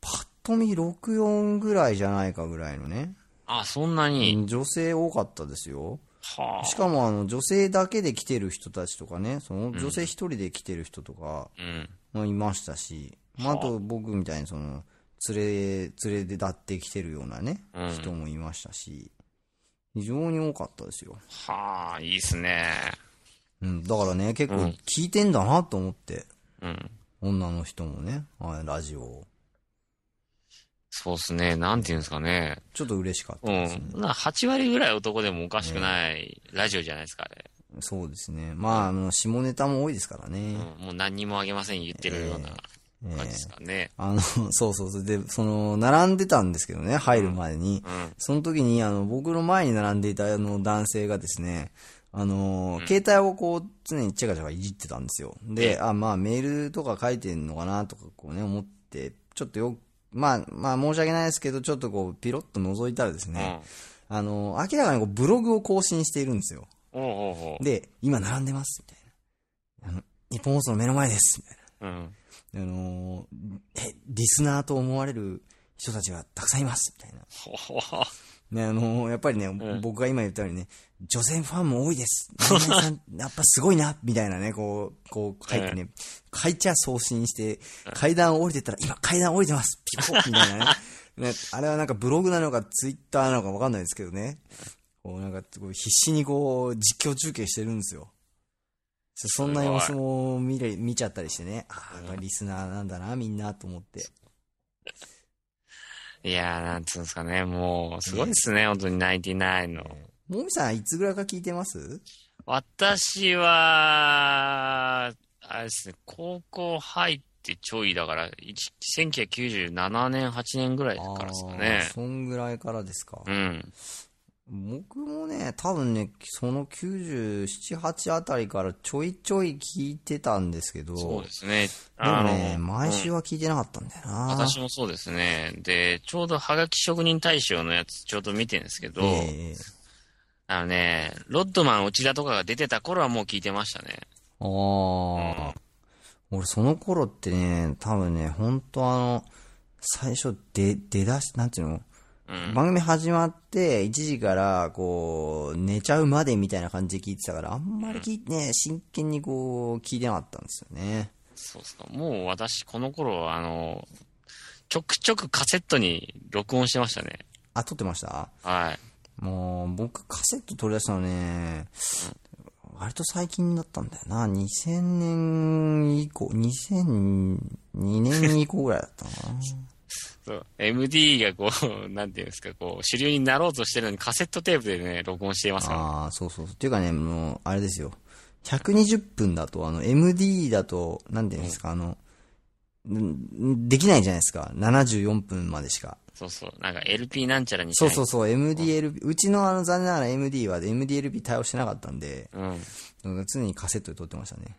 Speaker 2: パッと見64ぐらいじゃないかぐらいのね、
Speaker 1: あ、そんなに。
Speaker 2: 女性多かったですよ。
Speaker 1: は
Speaker 2: しかもあの女性だけで来てる人たちとかね、その女性一人で来てる人とか
Speaker 1: あ。うん。
Speaker 2: もいましたし、まあ、あと僕みたいにその連れ、連れでだって来てるようなね、
Speaker 1: うん
Speaker 2: 人もいましたし、非常に多かったですよ。
Speaker 1: はあ、いいっすね。
Speaker 2: うん、だからね、結構
Speaker 1: うん
Speaker 2: 聞いてんだなと思って、
Speaker 1: うん。
Speaker 2: 女の人もね、あラジオを。
Speaker 1: そうっすね。なんて言うんですかね。
Speaker 2: ちょっと嬉しかっ
Speaker 1: う
Speaker 2: たですね。
Speaker 1: ん。な8割ぐらい男でもおかしくないラジオじゃないですか、あれ。
Speaker 2: そうですね。まあ、あの、下ネタも多いですからね。
Speaker 1: うんもう何にもあげません言ってるような感じですかね。
Speaker 2: あの、 そうそうそう。で、その、並んでたんですけどね、入る前に。その時に、あの、僕の前に並んでいたあの男性がですね、あの、携帯をこう、常にチェカチェカいじってたんですよ。で、あ、まあ、メールとか書いてんのかな、とか、こうね、思って、ちょっとよ、まあ、まあ、申し訳ないですけど、ちょっとこう、ピロッと覗いたらですね、あの、明らかにこう、ブログを更新しているんですよ。
Speaker 1: うん。おうおうおう。
Speaker 2: で、今並んでます、みたいな。あの、日本放送の目の前です、みたいな。
Speaker 1: うん。
Speaker 2: あのーえ、リスナーと思われる人たちがたくさんいます、みたいな。
Speaker 1: ほほほ
Speaker 2: ね、あのーやっぱりね、
Speaker 1: ん
Speaker 2: 僕が今言ったようにね、女性ファンも多い です。何々さん、やっぱすごいな、みたいなね、こう、こう書いてね、書いちゃ送信して、階段を降りてったら、今階段降りてます、ピコッみたい なね。ね、あれはなんかブログなのかツイッターなのかわかんないですけどね。こうなんかすごい必死にこう実況中継してるんですよ。そそんな様子も見れ、見ちゃったりしてね。ああ、リスナーなんだな、みんなと思って。
Speaker 1: いやー、なんつうんですかね。もう、すごいっすね。本当に99の。
Speaker 2: もみさん、いつぐらいから聞いてます
Speaker 1: 私は、あれですね、高校入ってちょいだから、一1997年、8年ぐらいからですか
Speaker 2: あ
Speaker 1: ね
Speaker 2: ー。そんぐらいからですか
Speaker 1: う。ん。
Speaker 2: 僕もね、多分ね、その97、8あたりからちょいちょい聞いてたんですけど、
Speaker 1: そうですね。
Speaker 2: でもね、
Speaker 1: あの
Speaker 2: 毎週は聞いてなかったんだよな。
Speaker 1: 私もそうですね。で、ちょうどハガキ職人大賞のやつ、ちょうど見てるんですけど、
Speaker 2: ええ
Speaker 1: あのね、ロッドマン内田とかが出てた頃はもう聞いてましたね。
Speaker 2: ああ、俺その頃ってね、多分ね、ほんとあの、最初出、出だし、なんていうの、番組始まって、1時から、こう、寝ちゃうまでみたいな感じで聞いてたから、あんまり聞いてね、真剣にこう、聞いてなかったんですよね。
Speaker 1: そうっすか。もう私、この頃、あの、ちょくちょくカセットに録音してましたね。
Speaker 2: あ、撮ってました
Speaker 1: はい。
Speaker 2: もう、僕カセット取り出したのね、割と最近だったんだよな。2000年以降、2002年以降ぐらいだったのかな。
Speaker 1: そう。MD がこう、 なんていうんですか、こう、主流になろうとしてるのにカセットテープでね、録音していますから。
Speaker 2: ああ、そうそう。っていうかね、もう、あれですよ。120分だと、あの、MD だと、なんていうんですか、あの、んできないじゃないですか。74分までしか。
Speaker 1: そうそう。なんか LP なんちゃらにし
Speaker 2: そ
Speaker 1: な
Speaker 2: う
Speaker 1: い
Speaker 2: そうそう、MDLP、うちのあの、残念ながら MD は MDLP 対応してなかったんで、
Speaker 1: うん。
Speaker 2: 常にカセットで撮ってましたね。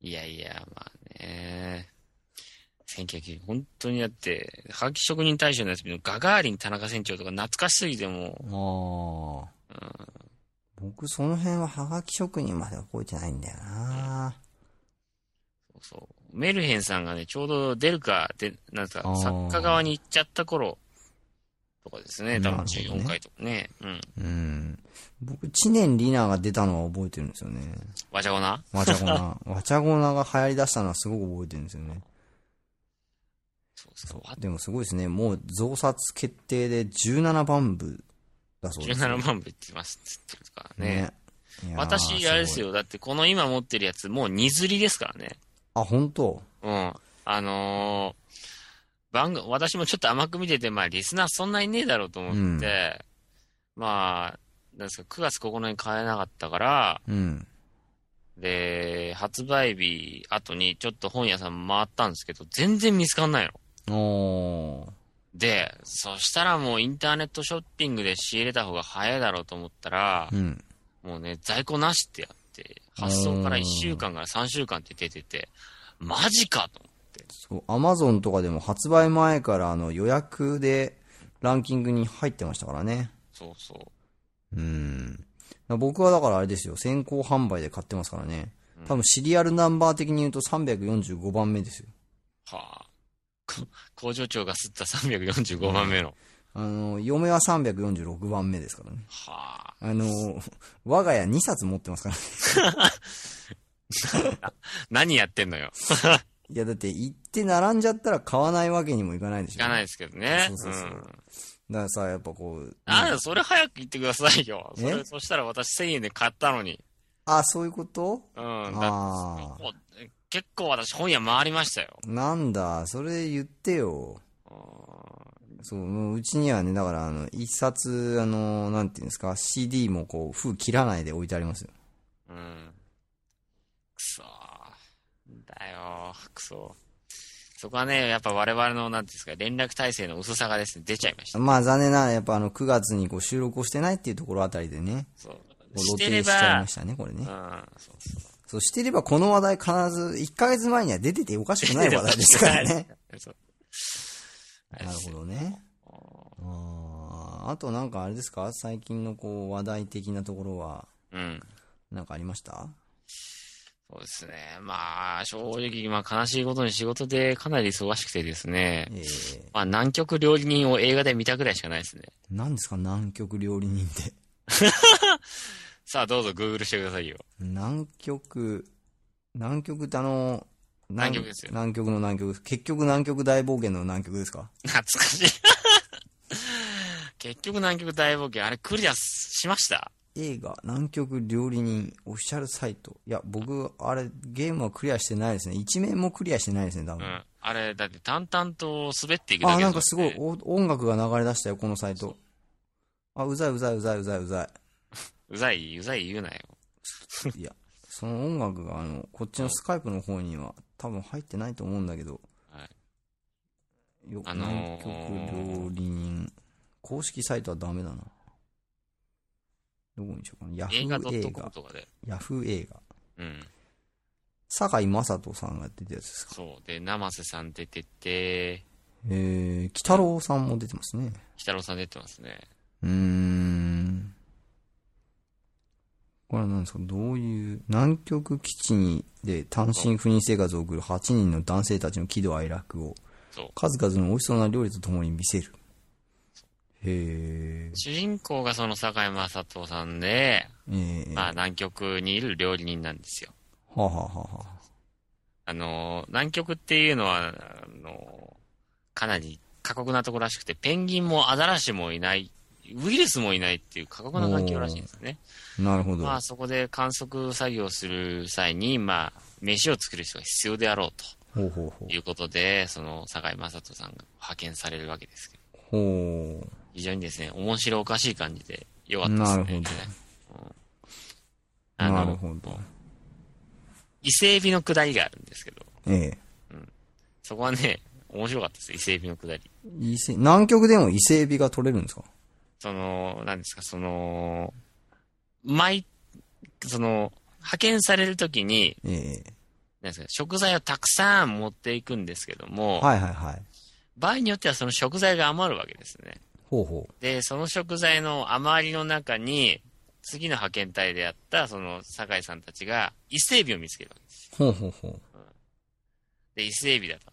Speaker 1: いやいや、まあね。1990、本当にだって、ハガキ職人大賞のやつ見るのガガーリン田中船長とか懐かしすぎてもう、
Speaker 2: ああ。僕、その辺はハガキ職人までは覚えてないんだよな。
Speaker 1: メルヘンさんがね、ちょうど出るか、で、なんです
Speaker 2: あ
Speaker 1: か、
Speaker 2: ー
Speaker 1: 作家側に行っちゃった頃とかですね、多分
Speaker 2: なるほどね
Speaker 1: 14回とかね。うん。
Speaker 2: うん。僕、知念里奈が出たのは覚えてるんですよね。
Speaker 1: わちゃごな
Speaker 2: わちゃご な。わちゃごなが流行り出したのはすごく覚えてるんですよね。
Speaker 1: そうですか。
Speaker 2: でもすごいですね。もう増刷決定で17番部だそうです。
Speaker 1: 17万部いってますって言ってるからね。
Speaker 2: ね。いやー
Speaker 1: 私、あれです。
Speaker 2: ごい
Speaker 1: よ。だって、この今持ってるやつ、もう荷刷りですからね。
Speaker 2: あ、本当
Speaker 1: うん。あのー番組、私もちょっと甘く見てて、まあ、リスナーそんなにねえだろうと思って、まあ、なんですか、9月9日に買えなかったから、
Speaker 2: うん。
Speaker 1: で、発売日後にちょっと本屋さん回ったんですけど、全然見つかんないの。
Speaker 2: おー。
Speaker 1: で、そしたらもうインターネットショッピングで仕入れた方が早いだろうと思ったら
Speaker 2: う、ん。
Speaker 1: もうね、在庫なしってやって、発送から1週間から3週間って出てて、マジかと思って。
Speaker 2: そう、アマゾンとかでも発売前からあの予約でランキングに入ってましたからね。
Speaker 1: そうそう。
Speaker 2: うん。僕はだからあれですよ、先行販売で買ってますからね。多分シリアルナンバー的に言うと345番目ですよ。
Speaker 1: はあ。こ工場長が吸った345番目の。
Speaker 2: あの、嫁は346番目ですからね。
Speaker 1: はあ。
Speaker 2: あの、 我が家2冊持ってますからね。
Speaker 1: 何やってんのよ。
Speaker 2: いや、だって行って並んじゃったら買わないわけにもいかないでしょ。
Speaker 1: 聞かないですけどね。。
Speaker 2: そうそうそうんだからさ、やっぱこう。
Speaker 1: あ
Speaker 2: うん
Speaker 1: それ早く言ってくださいよ。それ、
Speaker 2: え
Speaker 1: そしたら私1000円で買ったのに。
Speaker 2: あ、そういうこと
Speaker 1: うん。だ
Speaker 2: あ
Speaker 1: って結構結構私本屋回りましたよ。
Speaker 2: なんだ、それ言ってよ。そう、もううちにはね、だから、あの、一冊、あの、なんていうんですか、CD もこう、封切らないで置いてありますよ。
Speaker 1: うん。くそー。だよー、くそー。そこはね、やっぱ我々の、なんていうんですか、連絡体制の薄さがですね、出ちゃいました。
Speaker 2: まあ、残念ながら、やっぱあの、9月にこう、収録をしてないっていうところあたりでね、
Speaker 1: そう。
Speaker 2: こ
Speaker 1: し
Speaker 2: う
Speaker 1: て
Speaker 2: 露
Speaker 1: れ
Speaker 2: 呈しちゃい
Speaker 1: ば
Speaker 2: ま、したね、これ
Speaker 1: うん
Speaker 2: ね。、
Speaker 1: そうそう。
Speaker 2: そう、してればこの話題必ず、1ヶ月前には出てておかしくない話題ですからね。
Speaker 1: そう。
Speaker 2: なるほどね。あーあとなんかあれですか最近のこう、話題的なところは、
Speaker 1: うん。
Speaker 2: なんかありました
Speaker 1: そうですね。まあ、正直、まあ、悲しいことに仕事でかなり忙しくてですね。
Speaker 2: ええ
Speaker 1: まあ、南極料理人を映画で見たぐらいしかないですね。
Speaker 2: 何ですか南極料理人って。
Speaker 1: さあ、どうぞ、グーグルしてくださいよ。
Speaker 2: 南極、南極ってあの、南
Speaker 1: 南極ですよ
Speaker 2: 南極の南極。結局南極大冒険の南極ですか
Speaker 1: 懐かしい。 結局、南極大冒険、あれ、クリアしました
Speaker 2: 映画、南極料理人、オフィシャルサイト。いや、僕、あれ、ゲームはクリアしてないですね。一面もクリアしてないですね、多
Speaker 1: う
Speaker 2: 分。
Speaker 1: ん。あれ、だって、淡々と滑っていくだ
Speaker 2: あ、
Speaker 1: けだも
Speaker 2: なんかすごい、
Speaker 1: ね
Speaker 2: お音楽が流れ出したよ、このサイト。あ、うざいうざいうざいうざいうざ
Speaker 1: うざい、うざい言うなよ。
Speaker 2: い。いや、その音楽が、あの、こっちのスカイプの方には、多分入ってないと思うんだけど。
Speaker 1: はい。
Speaker 2: よ、
Speaker 1: あのー
Speaker 2: 南極料理人。公式サイトはダメだな。どこにしようかな。ヤフ
Speaker 1: 映画
Speaker 2: ー映
Speaker 1: .com
Speaker 2: 画。
Speaker 1: とかで。
Speaker 2: ヤフー映画。
Speaker 1: うん。
Speaker 2: 坂井正人さんが出てるやつですか。
Speaker 1: そう。で、生瀬さん出てて、
Speaker 2: えー、鬼太郎さんも出てますね。
Speaker 1: 北郎さん出てますね。
Speaker 2: うーん。これは何ですかどういう、南極基地にで単身赴任生活を送る8人の男性たちの喜怒哀楽を、
Speaker 1: そう。
Speaker 2: 数々の美味しそうな料理とともに見せる。へー
Speaker 1: 主人公がその堺雅人さんで、
Speaker 2: えー。
Speaker 1: まあ
Speaker 2: は
Speaker 1: 南極にいる料理人なんですよ。
Speaker 2: あ、はあはあはあ、
Speaker 1: あのー、南極っていうのは、あのー、かなり過酷なところらしくて、ペンギンもアザラシもいない、ウイルスもいないっていう過酷な環境らしいんですね。
Speaker 2: なるほど。
Speaker 1: まあそこで観測作業をする際に、まあ、飯を作る人が必要であろう
Speaker 2: ほうほうほう
Speaker 1: と。いうことで、その堺雅人さんが派遣されるわけですけど、
Speaker 2: ほう。
Speaker 1: 非常にですね、面白おかしい感じで良かったですね。
Speaker 2: なる
Speaker 1: あの
Speaker 2: なるほど。
Speaker 1: 伊勢海老のくだりがあるんですけど、
Speaker 2: ええ
Speaker 1: そこはね、面白かったです、伊勢海老のくだり。
Speaker 2: 伊勢、南極でも伊勢海老が取れるんですか
Speaker 1: その、なんですか、その、毎、その、派遣されるときに、
Speaker 2: ええ
Speaker 1: なんですか、食材をたくさん持っていくんですけども、
Speaker 2: はいはいはい。
Speaker 1: 場合によってはその食材が余るわけですね。
Speaker 2: ほうほ
Speaker 1: で、その食材の余りの中に、次の派遣隊であった、その、酒井さんたちが、伊勢海老を見つけるわけです。
Speaker 2: う。ほうほうほう。
Speaker 1: で、伊勢エビだと。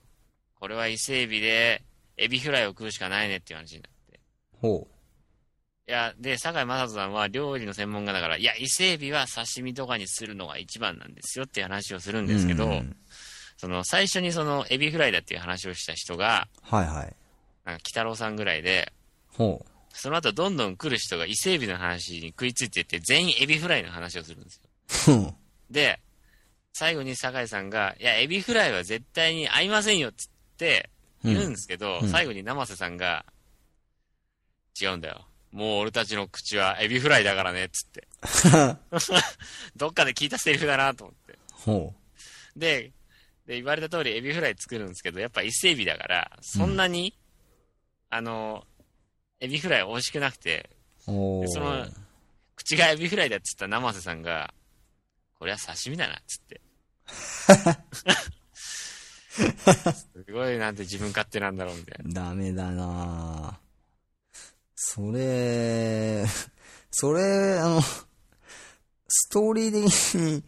Speaker 1: これは伊勢エビで、エビフライを食うしかないねっていう話になって。
Speaker 2: ほ
Speaker 1: いや、で、坂井正人さんは料理の専門家だから、いや、伊勢エビは刺身とかにするのが一番なんですよっていう話をする
Speaker 2: う。
Speaker 1: んですけど、
Speaker 2: うんうん
Speaker 1: その、最初にその、エビフライだっていう話をした人が、
Speaker 2: はいはい。
Speaker 1: なんか、北郎さんぐらいで、
Speaker 2: ほう。
Speaker 1: その後どんどん来る人が伊勢エビの話に食いついていって、全員エビフライの話をするんですよ。
Speaker 2: ふん
Speaker 1: で、最後に酒井さんが、いや、エビフライは絶対に合いませんよっつって言うんですけど、
Speaker 2: うん
Speaker 1: 最後に生瀬さんが、違うんだよ。もう俺たちの口はエビフライだからねっつ って。どっかで聞いたセリフだなと思って。
Speaker 2: ほ
Speaker 1: で、で、言われた通りエビフライ作るんですけど、やっぱ伊勢エビだから、そんなに、あの、エビフライ美味しくなくて、
Speaker 2: う。お
Speaker 1: で
Speaker 2: ー
Speaker 1: その、口がエビフライだっつった生瀬さんが、これは刺身だなっつ って。すごいなんて自分勝手なんだろうみたいな。
Speaker 2: ダメだなぁそれ、 それ、あの、ストーリー的に、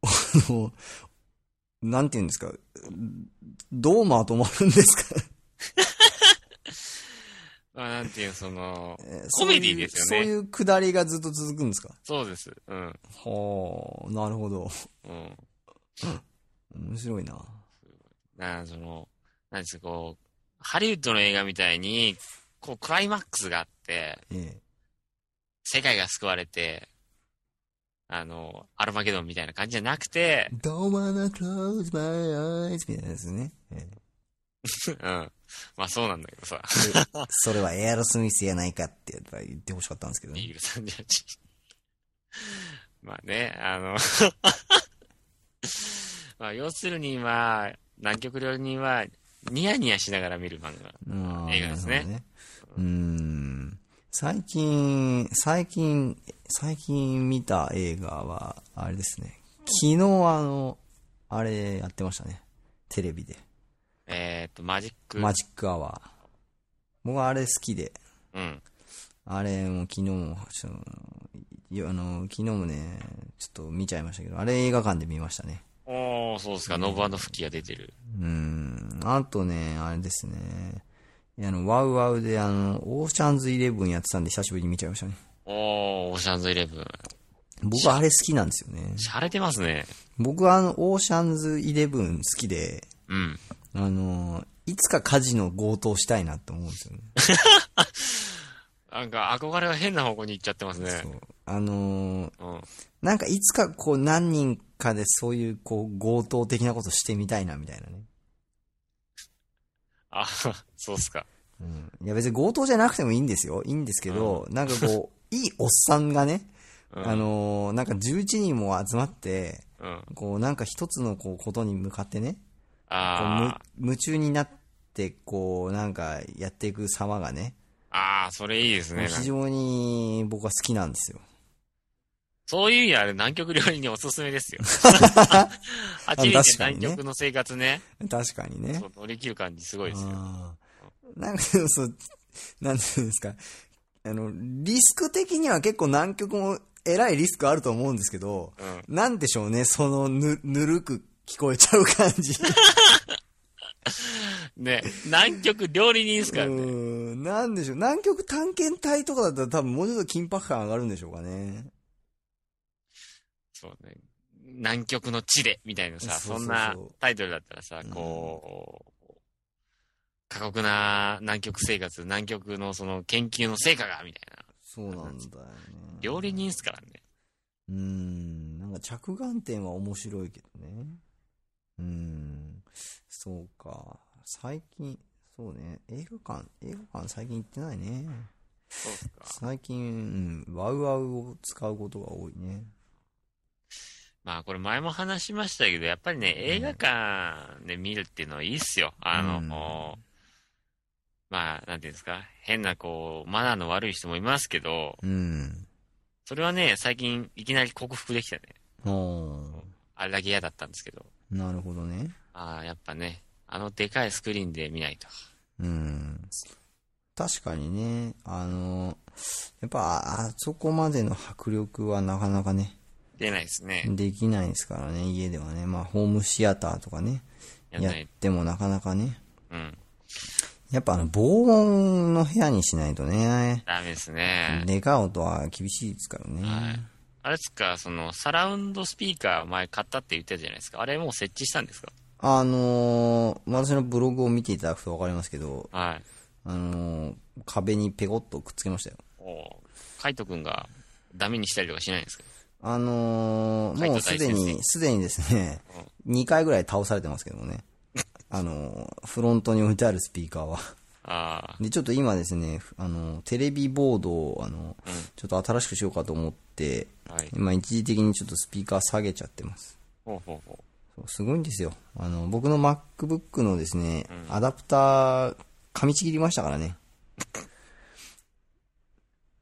Speaker 2: あの、なんて言うんですか、どうまとまるんですか
Speaker 1: まあなんていうの、その、
Speaker 2: そ
Speaker 1: コ
Speaker 2: うい
Speaker 1: メ
Speaker 2: う
Speaker 1: ディですよ
Speaker 2: そう
Speaker 1: ね。
Speaker 2: いうくだりがずっと続くんですか
Speaker 1: そうです。うん。
Speaker 2: はあ、なるほど。
Speaker 1: うん。
Speaker 2: 面白いな
Speaker 1: なその、なんですか、こう、ハリウッドの映画みたいに、こう、クライマックスがあって、
Speaker 2: え
Speaker 1: 世界が救われて、あの、アルマゲドンみたいな感じじゃなくて
Speaker 2: え。、Don't wanna close my eyes みたいなやつね。ええ
Speaker 1: うん。まあそうなんだけどさ。
Speaker 2: それはエアロスミスやないかってやっぱ言ってほしかったんですけどね
Speaker 1: イ。ーグル38。まあね、あの まあ要するに今、南極料理人は、ニヤニヤしながら見る漫
Speaker 2: あー
Speaker 1: 映画ですね
Speaker 2: なるほどうーん。最近、最近、最近見た映画は、あれですね。昨日あの、あれやってましたね。テレビで。
Speaker 1: 画。えっ、と、マジック。
Speaker 2: マジックアワー。僕はあれ好きで。
Speaker 1: うん。
Speaker 2: あれも昨日も、そのいあの、昨日もね、ちょっと見ちゃいましたけど、あれ映画館で見ましたね。
Speaker 1: おー、そうですか、ノブフキが出てる。
Speaker 2: うーん。あとね、あれですね。あの、ワウワウで、あの、オーシャンズイレブンやってたんで久しぶりに見ちゃいましたね。
Speaker 1: おー、オーシャンズイレブン。
Speaker 2: 僕あれ好きなんですよね。
Speaker 1: 洒落てますね。
Speaker 2: 僕はあの、オーシャンズイレブン好きで、
Speaker 1: うん。
Speaker 2: あのー、いつかカジノ強盗したいなって思うんですよね。
Speaker 1: なんか、憧れが変な方向に行っちゃってますね。
Speaker 2: そうあのー、
Speaker 1: うん。
Speaker 2: なんかいつかこう何人かでそういうこう強盗的なことしてみたいなみたいなね。
Speaker 1: あ、 そうっすか。
Speaker 2: いや別に強盗じゃなくてもいいんですよ。いいんですけど、なんかこ う、いいおっさんがね、
Speaker 1: うん
Speaker 2: あのー、なんか11人も集まって、
Speaker 1: うん。
Speaker 2: こうなんか一つのこうことに向かってね、こうむ
Speaker 1: あ
Speaker 2: 夢中になって、こうなんかやっていく様がね、
Speaker 1: ー、あー、それいいですね。なん
Speaker 2: 非
Speaker 1: か
Speaker 2: 常に僕は好きなんですよ。
Speaker 1: そういう意味であれ、南極料理におすすめ ですよ。初めて
Speaker 2: 確かに
Speaker 1: 南
Speaker 2: ね
Speaker 1: 極の生活ね、
Speaker 2: 確かにね
Speaker 1: そ。う乗り切る感じすごいですよ。
Speaker 2: あーなんかでもそう、なんていうんですか、あの、リスク的には結構南極もえらいリスクあると思うんですけど、
Speaker 1: う
Speaker 2: なんでしょうね、そのぬ、ぬるく聞こえちゃう感じ。
Speaker 1: ね、南極料理人ですから
Speaker 2: う
Speaker 1: ね。
Speaker 2: ーんなんでしょう、南極探検隊とかだったら多分もうちょっと緊迫感上がるんでしょうかね。
Speaker 1: そうね。南極の地で、みたいなさ、
Speaker 2: そ
Speaker 1: そ
Speaker 2: うそうそうん
Speaker 1: なタイトルだったらさ、こう、過酷な南極生活、南極のその研究の成果が、みたいな。
Speaker 2: そうなんだよね。
Speaker 1: 料理人ですからね。
Speaker 2: うーん、なんか着眼点は面白いけどね。うーん、そうか。最近、そうね、映画館、映画館最近行ってないね。
Speaker 1: そうっすか。
Speaker 2: 最近、うん、ワウワウを使うことが多いね。
Speaker 1: まあこれ前も話しましたけど、やっぱりね、映画館で見るっていうのはいいっすよ。あの、
Speaker 2: うん
Speaker 1: こうまあ、なんていうんですか、変なこう、マナーの悪い人もいますけど、
Speaker 2: うん。
Speaker 1: それはね、最近いきなり克服できたね。
Speaker 2: お
Speaker 1: あれだけ嫌だったんですけど。
Speaker 2: ーなるほどね。
Speaker 1: ああ、やっぱね、あのでかいスクリーンで見ないと。
Speaker 2: うん。確かにね、あの、やっぱ、あそこまでの迫力はなかなかね、
Speaker 1: 出ないですね。
Speaker 2: できないですからね、家ではね。まあ、ホームシアターとかね、
Speaker 1: やん
Speaker 2: やっ
Speaker 1: ない。
Speaker 2: てもなかなかね。
Speaker 1: うん。
Speaker 2: やっぱあの、防音の部屋にしないとね、
Speaker 1: ダメですね。
Speaker 2: でかい音は厳しいですからね。
Speaker 1: あれですか、その、サラウンドスピーカー前買ったって言ってたじゃないですか。あれもう設置したんですか
Speaker 2: あのー、私のブログを見ていただくとわかりますけど、
Speaker 1: はい。
Speaker 2: あのー、壁にペコッとくっつけましたよ。
Speaker 1: おーカイトくんがダメにしたりとかしないんですか
Speaker 2: あのー、
Speaker 1: はい
Speaker 2: もうすで
Speaker 1: 大先
Speaker 2: に、すでにですね、2回ぐらい倒されてますけどもね。あのー、フロントに置いてあるスピーカーは。
Speaker 1: あ
Speaker 2: で、ちょっと今ですね、あのー、テレビボードを、あのー、ちょっと新しくしようかと思って、
Speaker 1: あ、はい。
Speaker 2: 今一時的にちょっとスピーカー下げちゃってます。
Speaker 1: ほうほうほ
Speaker 2: そうすごいんですよ。あの、僕の MacBook のですね、アダプター、噛みちぎりましたからね。
Speaker 1: う。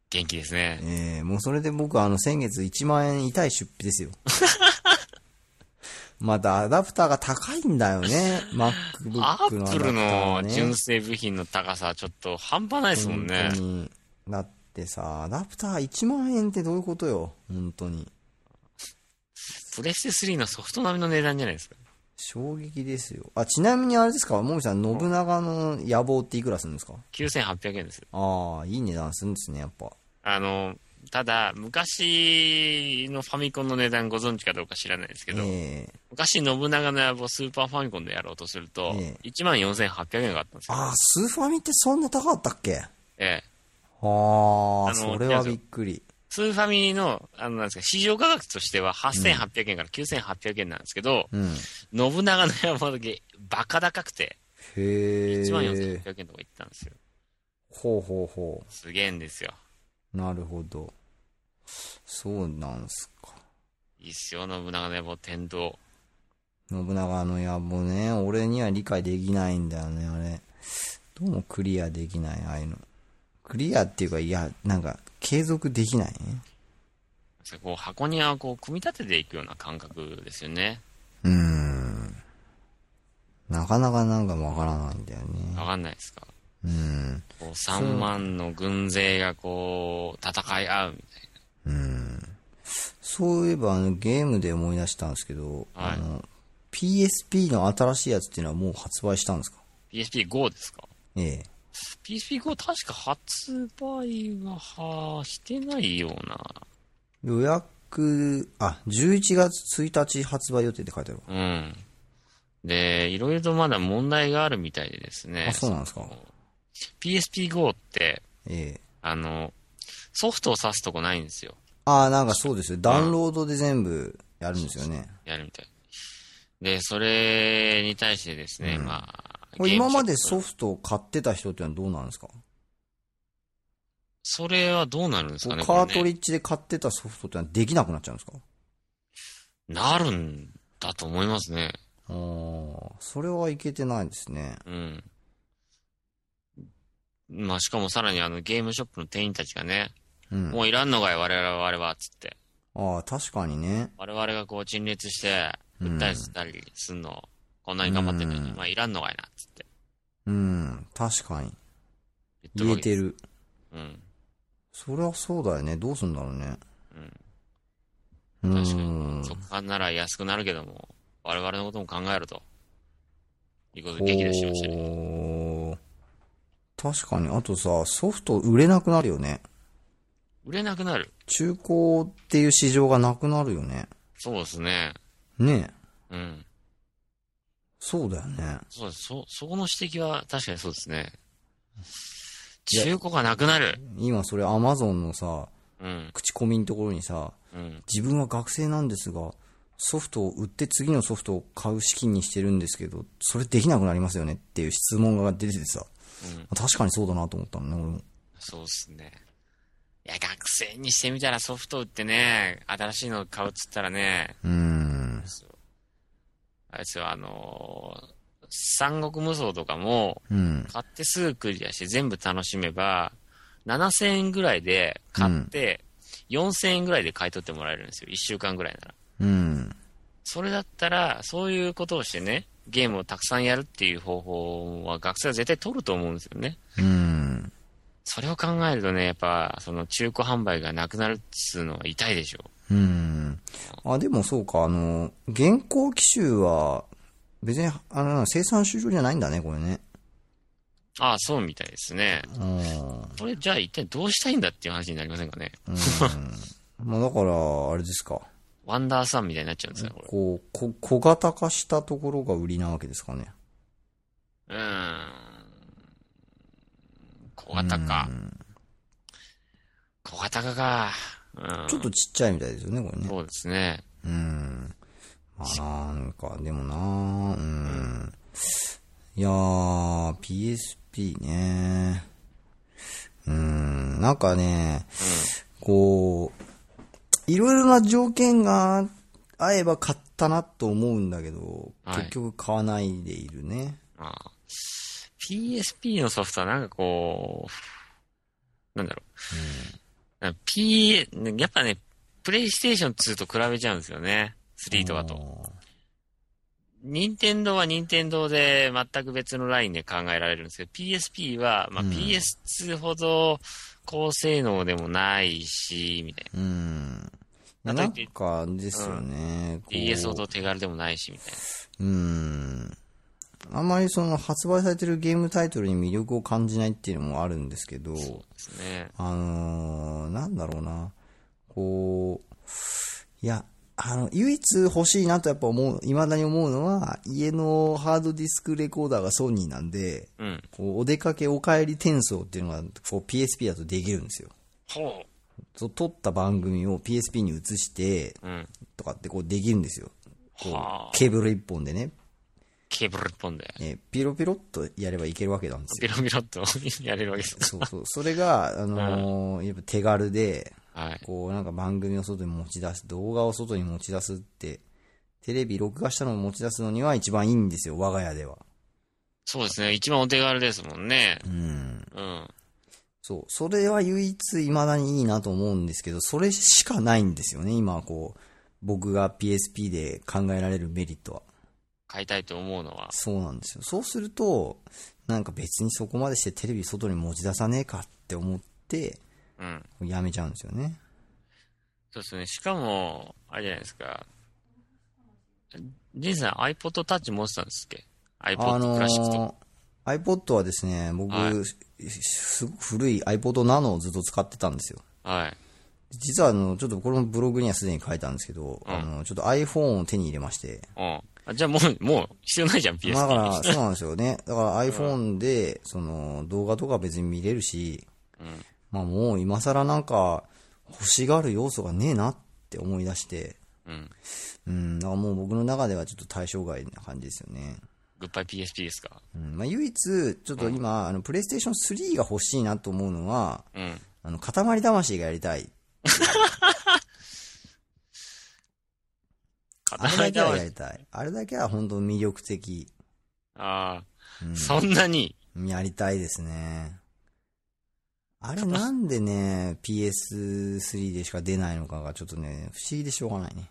Speaker 1: 元気ですね。
Speaker 2: えー、もうそれで僕、あの、先月1万円痛い出費ですよ。 また、アダプターが高いんだよね。MacBook の
Speaker 1: ア
Speaker 2: アダプタ
Speaker 1: ップル
Speaker 2: ー、ね。
Speaker 1: の純正部品の高さはちょっと半端ないですもんね
Speaker 2: 本当。に。だってさ、アダプター1万円ってどういうことよ。本当に。
Speaker 1: プレステ3のソフト並みの値段じゃないですか。
Speaker 2: 衝撃ですよ。あ、ちなみにあれですか、もみさん、信長の野望っていくらするんですか
Speaker 1: 9800円ですよ。
Speaker 2: ああ、いい値段するんですね、やっぱ。
Speaker 1: あの、ただ、昔のファミコンの値段ご存知かどうか知らないですけど、
Speaker 2: ええ
Speaker 1: 昔信長の野望スーパーファミコンでやろうとすると
Speaker 2: え、
Speaker 1: 14,800円があったんですよ。
Speaker 2: ああ、スーファミってそんな高かったっけあ
Speaker 1: ええ。
Speaker 2: あ、
Speaker 1: の
Speaker 2: それはびっくり。
Speaker 1: スーファミの、あの、なんですか、市場価格としては8800円から9800円なんですけど、
Speaker 2: うん。
Speaker 1: 信長の山だけバカ高くて、
Speaker 2: へえ。
Speaker 1: 14,800円とか言ったんですよ。
Speaker 2: ほうほうほ
Speaker 1: すげえんですよ。
Speaker 2: う。なるほど。そうなんすか。
Speaker 1: いいっすよ、信長の野望天道。
Speaker 2: 信長の野望ね、俺には理解できないんだよね、あれ。どうもクリアできない、ああいうの。クリアっていうか、いや、なんか、継続できないね。
Speaker 1: こう箱庭をこう組み立てていくような感覚ですよね。
Speaker 2: うーん。なかなかなんかわからないんだよね。
Speaker 1: わかんないですか。
Speaker 2: うん。
Speaker 1: こう3万の軍勢がこう、戦い合うみたい
Speaker 2: そういえばあのゲームで思い出したんですけど、
Speaker 1: はい
Speaker 2: あの PSP の新しいやつっていうのはもう発売したんですか
Speaker 1: な。PSP5 ですか
Speaker 2: ええ。
Speaker 1: ?PSP5 確か発売ははしてないような。
Speaker 2: 予約、あ、11月1日発売予定って書いてあるわ
Speaker 1: うん。で、いろいろとまだ問題があるみたいでですね。
Speaker 2: あ、そうなんですか
Speaker 1: PSP5 って、
Speaker 2: ええ。
Speaker 1: あの、ソフトを挿すとこないんですよ。
Speaker 2: あ、なんかそうですよ。ダウンロードで全部やるんですよね。
Speaker 1: やるみたい。で、それに対してですね、まあ、
Speaker 2: これ今まで
Speaker 1: そ
Speaker 2: ソフトを買ってた人ってのはどうなんですか
Speaker 1: それはどうなるんですかね
Speaker 2: カート
Speaker 1: これね
Speaker 2: リッジで買ってたソフトってのはできなくなっちゃうんですか
Speaker 1: なるんだと思いますね。
Speaker 2: あーそれはいけてないですね。
Speaker 1: うん。まあ、しかもさらにあのゲームショップの店員たちがね、
Speaker 2: うん。
Speaker 1: もういらんのかい、我々は、我々は、つって。
Speaker 2: ああ、確かにね。
Speaker 1: 我々がこう陳列して、訴えたりすんの、こんなに頑張ってんのに、
Speaker 2: うん
Speaker 1: まあ、いらんのかいな、つって。
Speaker 2: うん、確かに。
Speaker 1: 言
Speaker 2: 言
Speaker 1: っ
Speaker 2: え
Speaker 1: とるわけ
Speaker 2: てる。
Speaker 1: うん。
Speaker 2: そりゃそうだよね。どうすんだろうね。う
Speaker 1: 確か
Speaker 2: ーん。
Speaker 1: に。速乾なら安くなるけども、我々のことも考えると。いうことで激怒しましたね。
Speaker 2: おー確かに。あとさ、ソフト売れなくなるよね。
Speaker 1: 売れなくなる。
Speaker 2: 中古っていう市場がなくなるよね。
Speaker 1: そうですね。
Speaker 2: ねえ。
Speaker 1: うん。
Speaker 2: そうだよね。
Speaker 1: そうです。そ、そこの指摘は確かにそうですね。中古がなくなる。
Speaker 2: 今それアマゾンのさ、
Speaker 1: うん。
Speaker 2: 口コミのところにさ、
Speaker 1: うん。
Speaker 2: 自分は学生なんですが、ソフトを売って次のソフトを買う資金にしてるんですけど、それできなくなりますよねっていう質問が出ててさ、
Speaker 1: うん
Speaker 2: 確かにそうだなと思ったのね、俺も。
Speaker 1: そうですね。いや、学生にしてみたらソフト売ってね、新しいの買うっつったらね、
Speaker 2: うーん。
Speaker 1: あれですよ、あのー三国無双とかも、
Speaker 2: うん。
Speaker 1: 買ってすぐクリアして全部楽しめば、7000円ぐらいで買って、4000円ぐらいで買い取ってもらえるんですよ。1週間ぐらいなら。
Speaker 2: うん。
Speaker 1: それだったら、そういうことをしてね、ゲームをたくさんやるっていう方法は学生は絶対取ると思うんですよね。
Speaker 2: うん。
Speaker 1: それを考えるとね、やっぱ、その中古販売がなくなるっつうのは痛いでしょ
Speaker 2: うん。あ、でもそうか、あの、現行機種は、別に、あの、生産終了じゃないんだね、これね。
Speaker 1: ああ、そうみたいですね。
Speaker 2: うん。 うん
Speaker 1: これじゃあ一体どうしたいんだっていう話になりませんかね。
Speaker 2: まあだから、あれですか。
Speaker 1: ワンダーさんみたいになっちゃうんですね、これ。
Speaker 2: こう、こ小型化したところが売りなわけですかね。
Speaker 1: うーん。小型化。小型化か。うん。
Speaker 2: ちょっとちっちゃいみたいですよね、これね。
Speaker 1: そうですね。
Speaker 2: うん。まあなんか、でもなーうん。いやー、PSP ねうん、なんかね、こう、いろいろな条件が合えば買ったなと思うんだけど、
Speaker 1: はい
Speaker 2: 結局買わないでいるね。
Speaker 1: ああ PSP のソフトはなんかこう、なんだろう。うん、P、やっぱね、プレイステーション2と比べちゃうんですよね。3とかと。任天堂は任天堂で全く別のラインで考えられるんですけど、PSP は、まあ、
Speaker 2: うん
Speaker 1: PS2 ほど高性能でもないし、みたい
Speaker 2: うん。
Speaker 1: あと
Speaker 2: なんかですよね。こう
Speaker 1: な。DS ほど手軽でもないし、みたいな。
Speaker 2: うん。あんまりその発売されてるゲームタイトルに魅力を感じないっていうのもあるんですけ
Speaker 1: そう
Speaker 2: ど、
Speaker 1: ですね。
Speaker 2: あのー、なんだろうな。こう、いや、あの、唯一欲しいなとやっぱ思う、未だに思うのは、家のハードディスクレコーダーがソニーなんで、
Speaker 1: うん。
Speaker 2: こうお出かけお帰り転送っていうのがこう PSP だとできるんですよ。
Speaker 1: ほ
Speaker 2: そう撮った番組を PSP に移して、
Speaker 1: う。うん。
Speaker 2: とかってこうできるんですよ。
Speaker 1: はあ。
Speaker 2: ケーブル一本でね、
Speaker 1: ケーブル一本で。
Speaker 2: えーピロピロっとやればいけるわけなんですよ。
Speaker 1: ピロピロっと やれるわけです。
Speaker 2: そうそう。それが、あのーやっぱ手軽で、
Speaker 1: はい。
Speaker 2: こうなんか番組を外に持ち出す、動画を外に持ち出すって、テレビ録画したのを持ち出すのには一番いいんですよ、我が家では。
Speaker 1: そうですね。一番お手軽ですもんね。
Speaker 2: うん。
Speaker 1: うん。
Speaker 2: そう。それは唯一未だにいいなと思うんですけど、それしかないんですよね、今はこう、僕が PSP で考えられるメリットは。
Speaker 1: 買いたいと思うのは。
Speaker 2: そうなんですよ。そうすると、なんか別にそこまでしてテレビ外に持ち出さねえかって思って、
Speaker 1: うん。
Speaker 2: やめちゃうんですよね。
Speaker 1: そうですね。しかも、あれじゃないですか。ジンさん iPod Touch 持ってたんですっけ ?iPod
Speaker 2: あの
Speaker 1: Classic とか。
Speaker 2: ー、iPod はですね、僕、
Speaker 1: はい
Speaker 2: すごく古い iPod Nano をずっと使ってたんですよ。
Speaker 1: はい。
Speaker 2: 実はあの、ちょっとこれもブログにはすでに書いたんですけど、あの、ちょっと iPhone を手に入れまして。
Speaker 1: うん。あじゃあもう、もう必要ないじゃん、PSP。
Speaker 2: まあだから、そうなんですよね。だから iPhone で、その、動画とか別に見れるし、まあもう今更なんか、欲しがる要素がねえなって思い出して、
Speaker 1: うん。
Speaker 2: うん、だからもう僕の中ではちょっと対象外な感じですよね。
Speaker 1: グッバイ PSP ですか
Speaker 2: うんまあ、唯一、ちょっと今、あの、プレイステーション3が欲しいなと思うのは、
Speaker 1: うん。
Speaker 2: あの、塊魂がやりたい。あれだ
Speaker 1: 塊
Speaker 2: けは
Speaker 1: だ
Speaker 2: やりたい。あれだけは本当魅力的。
Speaker 1: ああ、そんなに。
Speaker 2: やりたいですね。あれなんでね、PS3 でしか出ないのかがちょっとね、不思議でしょうがないね。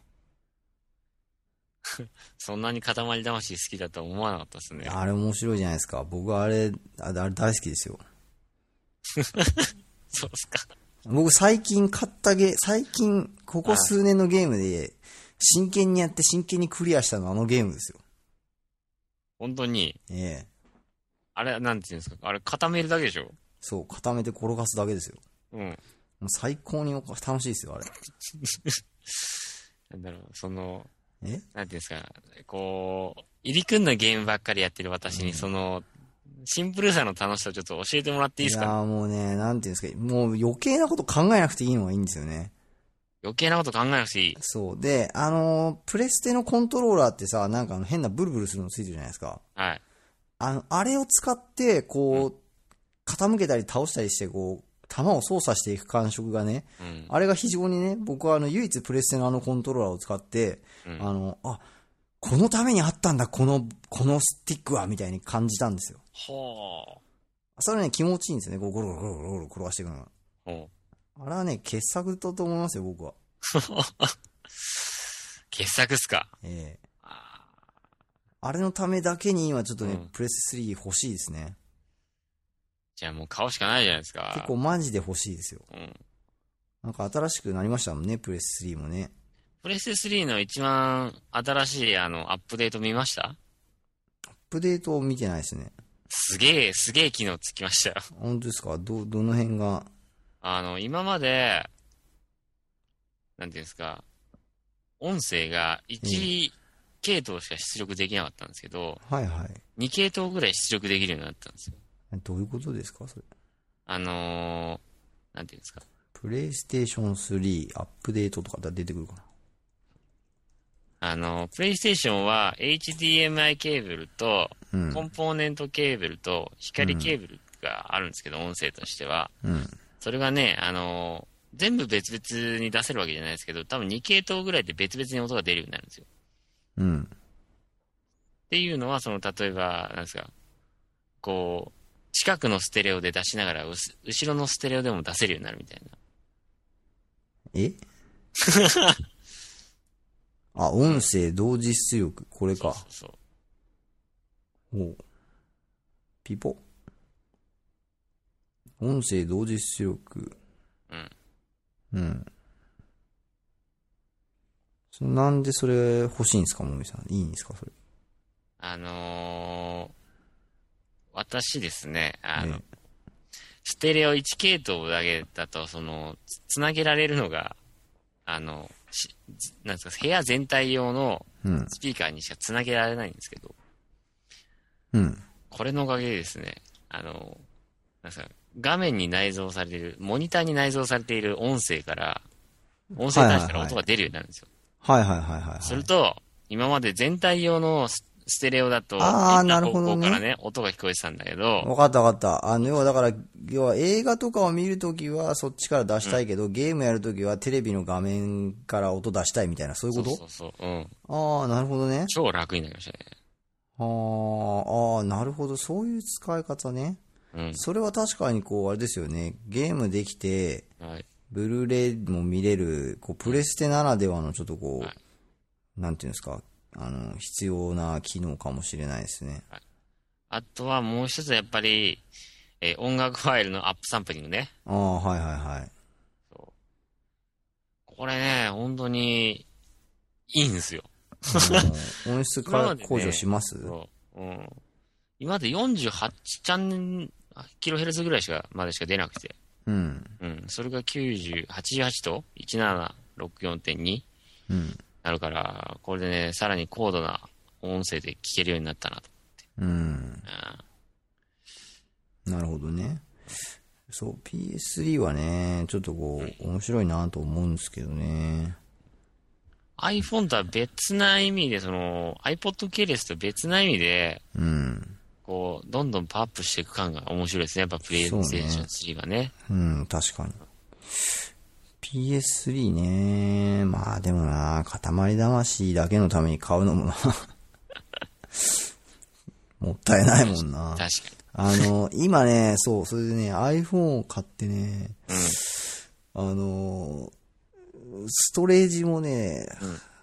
Speaker 1: そんなに塊魂好きだとは思わなかったですね。
Speaker 2: あれ面白いじゃないですか。僕あれ、ああれ大好きですよ。
Speaker 1: そうっすか。
Speaker 2: 僕最近買ったゲー、最近、ここ数年のゲームで、真剣にやって真剣にクリアしたのはあのゲームですよ。
Speaker 1: 本当に。
Speaker 2: ええ。
Speaker 1: あれ、なんていうんですか。あれ、固めるだけでしょ
Speaker 2: そう、固めて転がすだけですよ。
Speaker 1: うん。
Speaker 2: もう最高にお楽しいですよ、あれ。
Speaker 1: なんだろう、その、
Speaker 2: え
Speaker 1: なんていうんですか、こう、入り組んだゲームばっかりやってる私に、その、シンプルさの楽しさをちょっと教えてもらっていいです
Speaker 2: いや
Speaker 1: か
Speaker 2: ーもうね、なんていうんですか、もう余計なこと考えなくていいのがいいんですよね。
Speaker 1: 余計なこと考えなくていい。
Speaker 2: そう。で、あのープレステのコントローラーってさ、なんかあの変なブルブルするのついてるじゃないですか。
Speaker 1: はい。
Speaker 2: あの、あれを使って、こう、傾けたり倒したりして、こう、弾を操作していく感触がね、
Speaker 1: うん。
Speaker 2: あれが非常にね、僕はあの、唯一プレステのあのコントローラーを使って、
Speaker 1: うん
Speaker 2: あの、あ、このためにあったんだ、この、このスティックは、みたいに感じたんですよ。
Speaker 1: ほ
Speaker 2: それね、気持ちいいんですよね。こう、ゴロゴロゴロゴロゴロ転がしていくのが。
Speaker 1: う。ほう。
Speaker 2: あれはね、傑作だと思いますよ、僕は。
Speaker 1: 傑作っすか
Speaker 2: ええ
Speaker 1: あー
Speaker 2: あれのためだけに今ちょっとね、
Speaker 1: うん
Speaker 2: プレステ3欲しいですね。
Speaker 1: じゃあもう買うしかないじゃないですか。
Speaker 2: 結構。マジで欲しいですよ。
Speaker 1: うん。
Speaker 2: なんか新しくなりましたもんね、プレステ3もね。
Speaker 1: プレステ3の一番新しいあの、アップデート見ました
Speaker 2: プデートを見てないですね。
Speaker 1: すげえ、すげえ機能つきましたよ。
Speaker 2: 本当ですかど、どの辺が。
Speaker 1: あの、今まで、なんていうんですか、音声が1系統しか出力できなかったんですけど、
Speaker 2: はいはい。
Speaker 1: 2系統ぐらい出力できるようになったんですよ。
Speaker 2: どういうことですかそれ。
Speaker 1: あのー、なんていうんですか。
Speaker 2: プレイステーション3アップデートとかだったら出てくるかな。
Speaker 1: あの、プレイステーションは HDMI ケーブルと、
Speaker 2: うん
Speaker 1: コンポーネントケーブルと光ケーブルがあるんですけど、音声としては。
Speaker 2: うん。
Speaker 1: それがね、あの、全部別々に出せるわけじゃないですけど、多分2系統ぐらいで別々に音が出るようになるんですよ。
Speaker 2: うん。
Speaker 1: っていうのは、その、例えば、なんですか、こう、近くのステレオで出しながら、うす後ろのステレオでも出せるようになるみたいな。
Speaker 2: え あ、音声同時出力。これ
Speaker 1: そう
Speaker 2: か
Speaker 1: そ。うそう。
Speaker 2: おうピポ。音声同時出力。うん。うん。そなんでそれ欲しいんですかもみさん。いいんですかそれ。
Speaker 1: あのー私ですね、あの、
Speaker 2: ね
Speaker 1: ステレオ1系統だけだと、その、つつなげられるのが、あの、しずなんですか、部屋全体用の
Speaker 2: うん。
Speaker 1: スピーカーにしかつなげられないんですけど、
Speaker 2: うん。
Speaker 1: これのおかげでですね、あの、なんですか、画面に内蔵されている、モニターに内蔵されている音声から、音声に対しての音が出るようになるんですよ。
Speaker 2: はいはいはいはい、はい。
Speaker 1: すると、今まで全体用のスステレオだと、い
Speaker 2: あー
Speaker 1: ろん
Speaker 2: なるほどね
Speaker 1: 方向からね、音が聞こえてたんだけど、
Speaker 2: わかったわかった。あの、要はだから、要は映画とかを見るときはそっちから出したいけど、ゲームやるときはテレビの画面から音出したいみたいな、そういうこと
Speaker 1: そうそうそう。うん。
Speaker 2: ああ、なるほどね。
Speaker 1: 超楽になりましたね。
Speaker 2: あーあー、なるほど。そういう使い方ね。
Speaker 1: うん。
Speaker 2: それは確かにこう、あれですよね。ゲームできて、
Speaker 1: はい。
Speaker 2: ブルーレイも見れる、こう、プレステならではのちょっとこ、
Speaker 1: はいう
Speaker 2: なんていうんですか、あの、必要な機能かもしれないですね。
Speaker 1: あとはもう一つやっぱり、えー音楽ファイルのアップサンプリングね。
Speaker 2: ああ、はいはい はい。
Speaker 1: そうこれね、本当に、いいんですよ。
Speaker 2: あの音質
Speaker 1: 今
Speaker 2: か
Speaker 1: までね
Speaker 2: 向上します、
Speaker 1: そう。うん。今まで48チャンネル、キロヘルツぐらいしか、までしか出なくて。
Speaker 2: うん。
Speaker 1: うん。それが90、88と1764.2
Speaker 2: うん。
Speaker 1: なるから、これでね、さらに高度な音声で聞けるようになったなと。
Speaker 2: うん。
Speaker 1: うん
Speaker 2: なるほどね。そう、PS3 はね、ちょっとこう、面白いなと思うんですけどね。
Speaker 1: iPhone とは別な意味で、その iPod 系列と別な意味で、
Speaker 2: うん。
Speaker 1: こう、どんどんパワーアップしていく感が面白いですね。やっぱプレイステーション3はね。
Speaker 2: うん、確かに。PS3 ね。まあでもな、塊魂だけのために買うのもな。もったいないもんな
Speaker 1: 確。か
Speaker 2: あの、今ね、そう、それでね、iPhone を買ってね、
Speaker 1: に。うん。
Speaker 2: あのーストレージもね、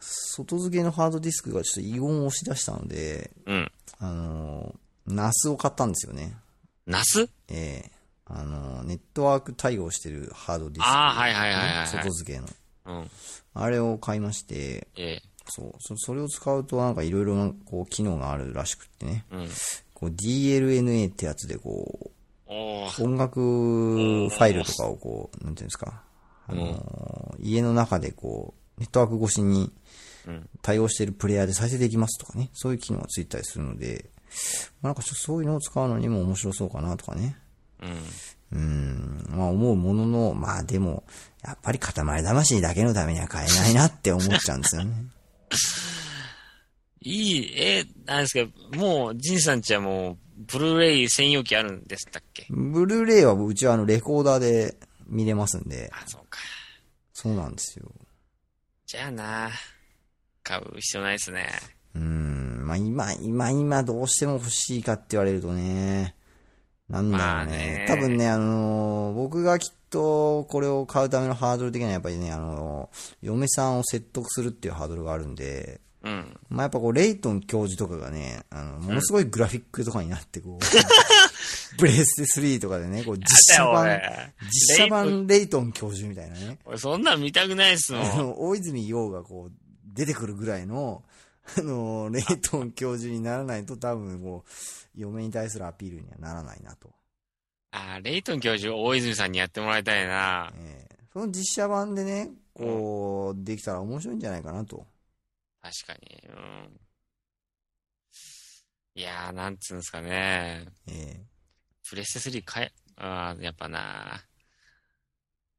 Speaker 2: 外付けのハードディスクがちょっと異音を押し出したので、
Speaker 1: うん。
Speaker 2: あのー、NAS を買ったんですよね。
Speaker 1: ナス
Speaker 2: ええあのー、ネットワーク対応してるハードディスク、
Speaker 1: あーはいはいはいはいはい
Speaker 2: 外付けの。
Speaker 1: うん。
Speaker 2: あれを買いまして、
Speaker 1: ええ。
Speaker 2: そう、そそれを使うとなんかいろいろなこう機能があるらしくってね。
Speaker 1: うん。
Speaker 2: こう DLNA ってやつでこう、
Speaker 1: おー。
Speaker 2: 音楽ファイルとかをこう、なんていうんですか、あのー、家の中でこう、ネットワーク越しに
Speaker 1: うん
Speaker 2: 対応しているプレイヤーで再生できますとかね、そういう機能がついたりするので、まあ、なんかちょっとそういうのを使うのにも面白そうかなとかね。
Speaker 1: うん。
Speaker 2: うーん、まあ思うものの、まあでも、やっぱり塊魂だけのためには買えないなって思っちゃうんですよね。
Speaker 1: いい、えー、なんですか、もう、ジンさんちはもう、ブルーレイ専用機あるんでしたっけ
Speaker 2: ブルーレイはうちはあのレコーダーで見れますんで、
Speaker 1: あ、そうか。
Speaker 2: そうなんですよ。
Speaker 1: じゃあな。買う必要ないですね。
Speaker 2: うーん、まあ今、今、今どうしても欲しいかって言われるとね、なんだ
Speaker 1: ま
Speaker 2: ろ
Speaker 1: あ
Speaker 2: うね
Speaker 1: ね。
Speaker 2: 多分ね、あのー僕がきっとこれを買うためのハードル的にはやっぱりね、あのー嫁さんを説得するっていうハードルがあるんで、
Speaker 1: うん。
Speaker 2: まあやっぱこう、レイトン教授とかがね、あの、ものすごいグラフィックとかになってこう、 ブレステ3とかでね、こう、実写
Speaker 1: や
Speaker 2: 版
Speaker 1: だ、よ
Speaker 2: 実写版レイトン教授みたいなね。
Speaker 1: 俺。俺、そんなん見たくないっすも
Speaker 2: あ
Speaker 1: ん。
Speaker 2: の、大泉洋がこう、出てくるぐらいの、 あの、レイトン教授にならないと多分こう、嫁に対するアピールにはならないなと。
Speaker 1: あーレイトン教授、大泉さんにやってもらいたいな。
Speaker 2: ええその実写版でね、こう、できたら面白いんじゃないかなと。
Speaker 1: 確かに。うん。いやー、なんつうんですかね。
Speaker 2: ええ
Speaker 1: プレステ3買え、あーやっぱな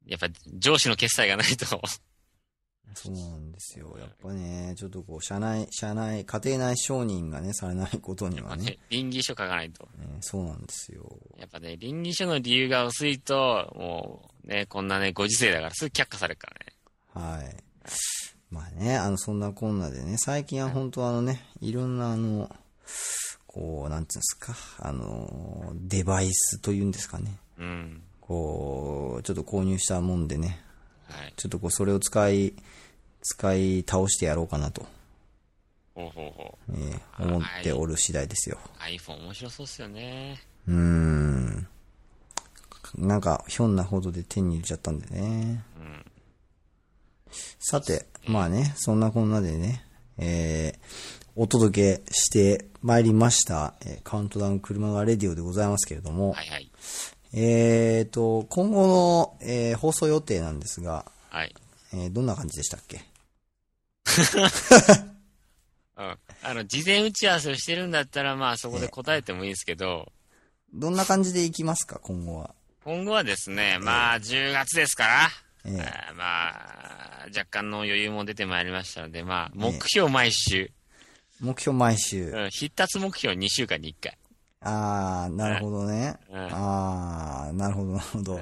Speaker 1: やっぱ上司の決済がないと。
Speaker 2: そうなんですよ。やっぱね、ちょっとこう、社内、社内、家庭内承認がね、されないことにはね、
Speaker 1: 倫理書書かないと。
Speaker 2: ねそうなんですよ。
Speaker 1: やっぱね、倫理書の理由が薄いと、もうね、こんなね、ご時世だからすぐ却下されるからね。
Speaker 2: はい。まあね、あの、そんなこんなでね、最近は本当あのね、いろんなあの、こう、なんつうんですか、あの、デバイスというんですかね。
Speaker 1: うん。
Speaker 2: こう、ちょっと購入したもんでね、
Speaker 1: はい。
Speaker 2: ちょっとこう、それを使い、使い倒してやろうかなと、
Speaker 1: ほうほうほ
Speaker 2: えー思っておる次第ですよ。
Speaker 1: う。iPhone 面白そうっすよね。
Speaker 2: うーん。なんか、ひょんなほどで手に入れちゃったんでね。さて、まあね、そんなこんなでね、えー、お届けしてまいりました、えーカウントダウン車がレディオでございますけれども、
Speaker 1: はいはい。
Speaker 2: えーと、今後の、えー放送予定なんですが、
Speaker 1: はい。
Speaker 2: えーどんな感じでしたっけ
Speaker 1: うん。あの、事前打ち合わせをしてるんだったら、まあそこで答えてもいいですけど、
Speaker 2: どんな感じでいきますか、今後は。
Speaker 1: 今後はですね、まあ10月ですから、
Speaker 2: えー
Speaker 1: あーまあ、若干の余裕も出てまいりましたので、まあ、目標毎週、
Speaker 2: 目標毎週。
Speaker 1: うん、必達目標2週間に1回。
Speaker 2: あー、なるほどね。
Speaker 1: うん
Speaker 2: あー、なるほど、なるほど。
Speaker 1: うん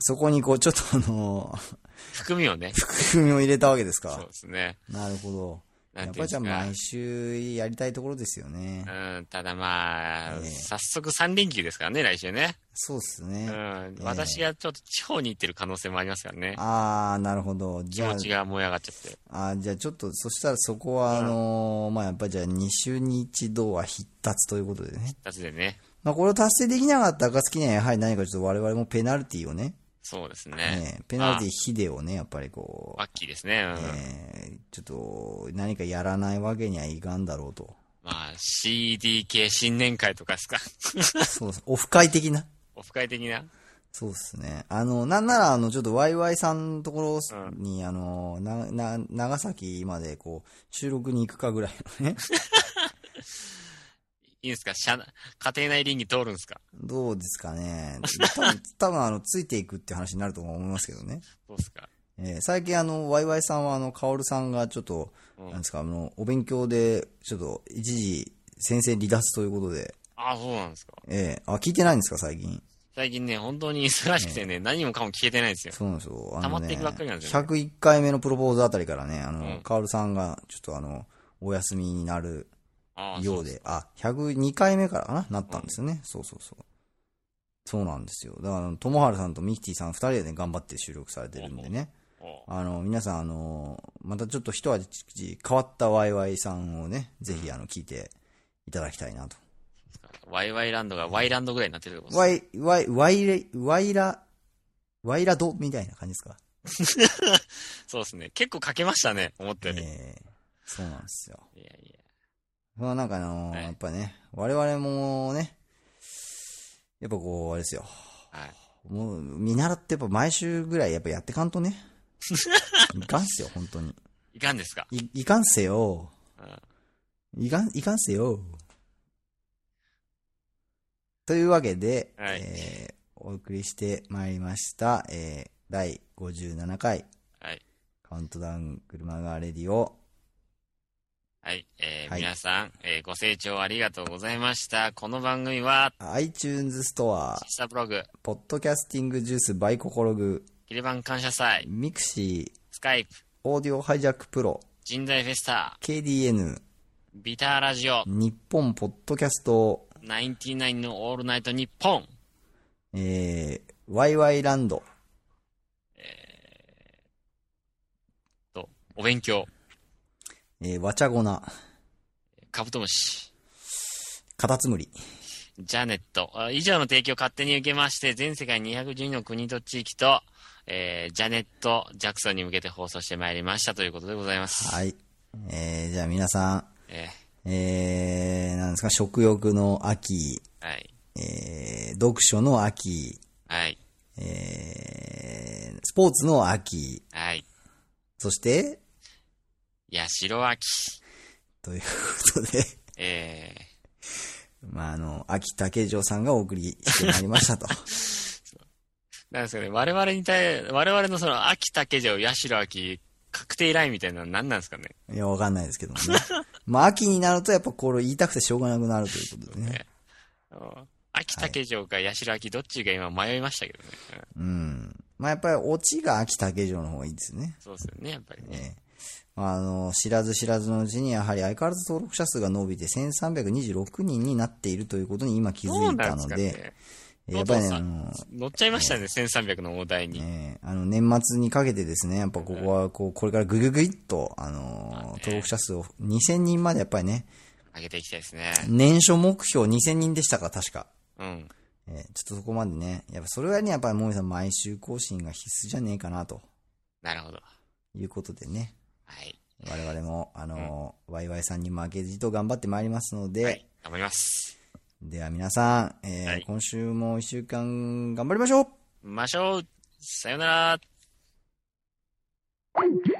Speaker 2: そこにこう、ちょっとあの、
Speaker 1: 含みをね、
Speaker 2: 含みを入れたわけです
Speaker 1: そう
Speaker 2: か。
Speaker 1: ですね。
Speaker 2: なるほど。
Speaker 1: な
Speaker 2: や
Speaker 1: ん
Speaker 2: って
Speaker 1: いうんです
Speaker 2: ぱじゃ
Speaker 1: か
Speaker 2: あ毎週やりたいところですよね。
Speaker 1: うん、ただまあ、
Speaker 2: ええ
Speaker 1: 早速3連休ですからね、来週ね。
Speaker 2: そうっす
Speaker 1: う
Speaker 2: ね。
Speaker 1: ん、私がちょっと地方に行ってる可能性もありますからね。
Speaker 2: あー、なるほど。じ
Speaker 1: 気
Speaker 2: ゃ
Speaker 1: 持ちが燃え上がっちゃって。
Speaker 2: あ、あーじゃあちょっと、そしたらそこは、あのーまあ、やっぱじゃあ2週に一度は必達ということでね。
Speaker 1: 二つでね。
Speaker 2: まあ、これを達成できなかった暁には、やはり何かちょっと我々もペナルティをね、
Speaker 1: そうです
Speaker 2: ね
Speaker 1: ね。
Speaker 2: ペナルティヒデをね、やっぱりこう、
Speaker 1: ワッキーですね。うん。
Speaker 2: えーちょっと、何かやらないわけにはいかんだろうと。
Speaker 1: まあ、CDK 新年会とかですか。
Speaker 2: そうそう、オフ会的な。
Speaker 1: オフ会的な。
Speaker 2: そうですね。あの、なんなら、あの、ちょっとワイワイさんのところに、あの、な、な、長崎まで、こう、収録に行くかぐらいのね。
Speaker 1: いいんですか社家庭内倫理通るんですか
Speaker 2: どうですかね。多分、多分あの、ついていくって話になると思いますけどね。
Speaker 1: どうですか
Speaker 2: えー最近、あの、ワイワイさんは、あの、カオルさんが、ちょっと、
Speaker 1: うん
Speaker 2: なんですか、あの、お勉強で、ちょっと、一時、先生離脱ということで、
Speaker 1: ああ、そうなんですか。
Speaker 2: えーあ、聞いてないんですか、最近。
Speaker 1: 最近ね、本当に忙しくてね、何もかも消えてないんですよ。
Speaker 2: そうなんですよ。あ
Speaker 1: 溜ま
Speaker 2: のね、
Speaker 1: っていくばっかりなんですよね
Speaker 2: 101回目のプロポーズあたりからね、あの、
Speaker 1: うん
Speaker 2: カオルさんが、ちょっとあの、お休みになる
Speaker 1: ああ、
Speaker 2: よ
Speaker 1: そう
Speaker 2: で、あ、102回目からかななったんですよね、そうそうそう。そうなんですよ。だからあの、ともはるさんとミキティさん二人でね、頑張って収録されてるんでね。
Speaker 1: うおう
Speaker 2: あの、皆さん、あの、またちょっと一味変わったワイワイさんをね、ぜひ、あの、聞いていただきたいなと。
Speaker 1: ワイワイランドがワイランドぐらいになってるってことですね
Speaker 2: ワイ、ワイ、ワイレ、ワイラ、ワイラドみたいな感じですか
Speaker 1: そうですね。結構かけましたね、思ったより。
Speaker 2: ええそうなんですよ。
Speaker 1: いやいや。
Speaker 2: まあなんかあのー
Speaker 1: はい
Speaker 2: やっぱね、我々もね、やっぱこう、あれですよ。
Speaker 1: はい。
Speaker 2: もう、見習ってやっぱ毎週ぐらいやっぱやってかんと ね。いかんすよ、本当に。
Speaker 1: いかんですか
Speaker 2: い、いかんせよ。
Speaker 1: うん
Speaker 2: いかん、いかんせよ。というわけで、
Speaker 1: はい
Speaker 2: えーお送りしてまいりました、えー、第57回
Speaker 1: はい。
Speaker 2: カウントダウン車がレディオ。
Speaker 1: はい。えー
Speaker 2: はい
Speaker 1: 皆さん、えーご清聴ありがとうございました。この番組は、
Speaker 2: iTunes ストア、
Speaker 1: シスターブログ、
Speaker 2: ポッドキャスティングジュースバイココログ、
Speaker 1: キレバン感謝祭、
Speaker 2: ミクシー、
Speaker 1: スカイプ、
Speaker 2: オーディオハイジャックプロ、
Speaker 1: 人材フェスタ、
Speaker 2: KDN、
Speaker 1: ビターラジオ、
Speaker 2: 日本ポッドキャスト、
Speaker 1: ナインティナインのオールナイトニッポン、
Speaker 2: えー、ワイワイランド、
Speaker 1: と、お勉強、
Speaker 2: えー、わちゃごな、
Speaker 1: カブトムシ、
Speaker 2: カタツムリ。
Speaker 1: ジャネット、あ以上の提供を勝手に受けまして、全世界212の国と地域と、えージャネット・ジャクソンに向けて放送してまいりましたということでございます。
Speaker 2: はい。えー、じゃあ皆さ
Speaker 1: え
Speaker 2: ん、えー、なんですか、食欲の秋、
Speaker 1: ーはい。
Speaker 2: えー、読書の秋、
Speaker 1: はい。
Speaker 2: えー、スポーツの秋、
Speaker 1: はい。
Speaker 2: そして、
Speaker 1: 八代秋。
Speaker 2: ということで、
Speaker 1: えー、
Speaker 2: まあ、あの、秋竹城さんがお送りしてまいりましたと。
Speaker 1: なんですかね、我々に対、我々のその秋竹城、八代秋、確定ラインみたいなの何なんですかね。
Speaker 2: いや、わかんないですけどもね。 まあ、秋になるとやっぱこれ言いたくてしょうがなくなるということで ね。
Speaker 1: あの秋竹城か八代秋、どっちが今迷いましたけどね。うん
Speaker 2: うん。まあ、やっぱりオチが秋竹城の方がいいですね。
Speaker 1: そうですよね、やっぱりね。
Speaker 2: ええまあ、あの、知らず知らずのうちに、やはり相変わらず登録者数が伸びて1326人になっているということに今気
Speaker 1: ど
Speaker 2: づ
Speaker 1: う
Speaker 2: い
Speaker 1: な
Speaker 2: た
Speaker 1: んで
Speaker 2: の
Speaker 1: すか
Speaker 2: で、
Speaker 1: ね。
Speaker 2: やっぱり
Speaker 1: どう
Speaker 2: ね、
Speaker 1: ぞ
Speaker 2: あの、
Speaker 1: 乗っちゃいましたね、1300のお題に。
Speaker 2: ええあの、年末にかけてですね、やっぱここは、こう、これからぐぐぐいっと、あの、登録者数を2000人までやっぱりね、
Speaker 1: 上げていきたいですね。
Speaker 2: 年初目標2000人でしたか、確か。
Speaker 1: うん。
Speaker 2: ええちょっとそこまでね、やっぱそれはね、やっぱりもみさん毎週更新が必須じゃねえかな、と
Speaker 1: なるほど。
Speaker 2: いうことでね。
Speaker 1: はい。
Speaker 2: 我々も、あの、ワイワイさんに負けじと頑張ってまいりますので、
Speaker 1: はい。頑張ります。
Speaker 2: では皆さん、えー
Speaker 1: はい
Speaker 2: 今週も一週間頑張りましょう
Speaker 1: ましょう。さよなら。